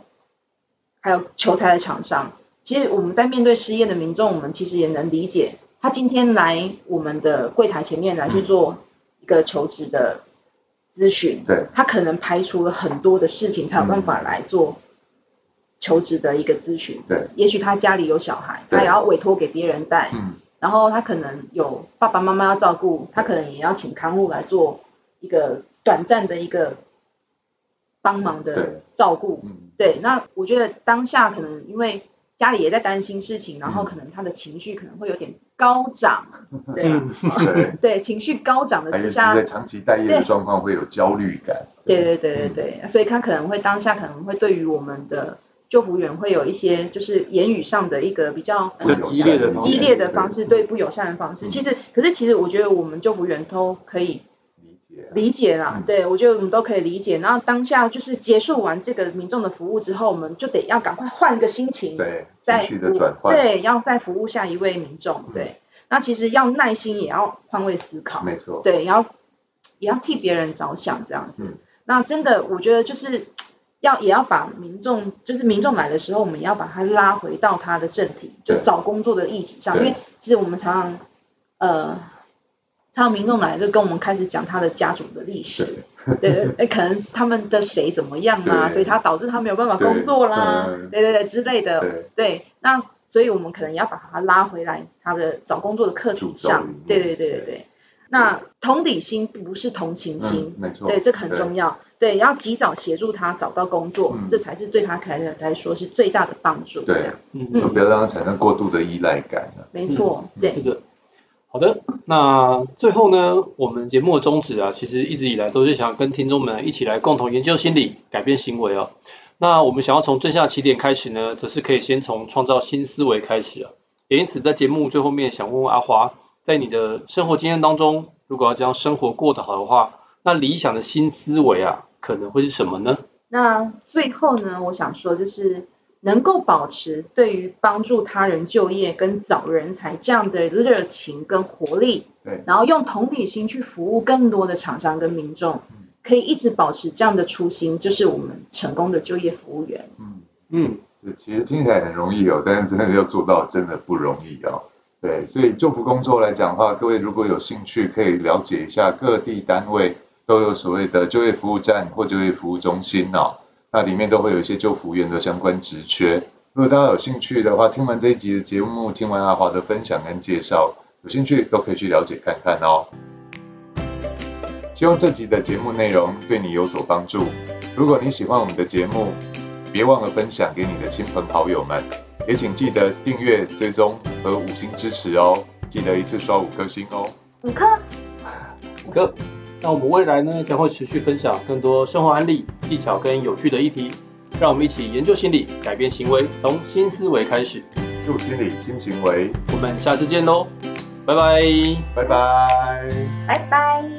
C: 还有求财的厂商。其实我们在面对失业的民众，我们其实也能理解，他今天来我们的柜台前面来去做一个求职的咨询，
B: 对，
C: 他可能排除了很多的事情，才有办法来做求职的一个咨询。
B: 对，
C: 也许他家里有小孩，
B: 对
C: 他也要委托给别人带，
B: 嗯，
C: 然后他可能有爸爸妈妈要照顾，他可能也要请看护来做一个短暂的一个帮忙的
B: 对
C: 照顾。
A: (laughs)
B: 嗯，
C: 对，那我觉得当下可能因为家里也在担心事
B: 嗯
C: 情，然后可能他的情绪可能会有点高
B: (laughs)
C: 涨，对啊
A: 嗯，
B: 对。
C: 对，情绪高涨的
B: 还有
C: 之
B: 是在
C: 下，
B: 长期待业的状况会有焦虑感。
C: 对对对对对，所以他可能会当下可能会对于我们的救服员会有一些就是言语上的一个比较呃
A: 比较激烈的
C: 激烈的方式，
B: 对
C: 对不友善的方式。
B: 嗯
C: 其实，可是其实我觉得我们救服员都可以
B: 理解。
C: 理解啦，
B: 嗯
C: 对我觉得我们都可以理解。然后当下就是结束完这个民众的服务之后，我们就得要赶快换一个心情，
B: 对，
C: 再
B: 情绪的转换。嗯
C: 对，要再服务下一位民众，对。那其实要耐心，也要换位思考，
B: 没错。
C: 对，也要也要替别人着想，这样子。
B: 嗯
C: 那真的，我觉得就是要也要把民众，就是民众来的时候，我们也要把他拉回到他的正题，就是
B: 对
C: 找工作的议题上。因
B: 对
C: 为其实我们常常，呃，常常民众来就跟我们开始讲他的家族的历史，对对，哎，可能他们的谁怎么样
B: (laughs)
C: 啦，
B: 对
C: 所以他导致他没有办法工作啦，
B: 嗯
C: 对对对之类的。
B: 对，
C: 对，那所以我们可能要把它拉回来，他的找工作的课题
B: 主轴嗯里
C: 上
B: 面。
C: 对对对对
B: 对
C: 对。那同理心不是同情
B: 嗯
C: 心，，
B: 没错。
C: 对，这个很重
B: 要。
C: 要。对，要及早协助他找到工作，
B: 嗯
C: 这才是对他才来说是最大的帮助。
B: 对
C: 这样，
A: 嗯
C: 嗯
B: 就不要让它产生过度的依赖感啊。
C: 没错，
B: 嗯
C: 对
A: 是的。好的，那最后呢，我们节目的宗旨啊，其实一直以来都是想跟听众们一起来共同研究心理，改变行为啊。那我们想要从正向起点开始呢，则是可以先从创造新思维开始啊。也因此，在节目最后面想问问阿华，在你的生活经验当中，如果要将生活过得好的话，那理想的新思维啊，可能会是什么呢？
C: 那最后呢，我想说就是能够保持对于帮助他人就业跟找人才这样的热情跟活力，
B: 对，
C: 然后用同理心去服务更多的厂商跟民众
B: 嗯，
C: 可以一直保持这样的初心，就是我们成功的就业服务员。
B: 嗯，
A: 嗯，
B: 是其实听起来很容易哦，但是真的要做到真的不容易哦。对，所以就服工作来讲的话，各位如果有兴趣，可以了解一下各地单位都有所谓的就业服务站或就业服务中心哦，那里面都会有一些就服员的相关职缺。如果大家有兴趣的话，听完这一集的节目，听完阿华的分享跟介绍，有兴趣都可以去了解看看哦。希望这集的节目内容对你有所帮助。如果你喜欢我们的节目，别忘了分享给你的亲朋好友们，也请记得订阅、追踪和五星支持哦。记得一次刷五颗星哦。
C: 五颗，
A: 哥，那我们未来呢，将会持续分享更多生活案例、技巧跟有趣的议题，让我们一起研究心理，改变行为，从新思维开始。
B: 祝心理新行为，
A: 我们下次见喽，拜拜。
B: 拜拜。
C: 拜拜。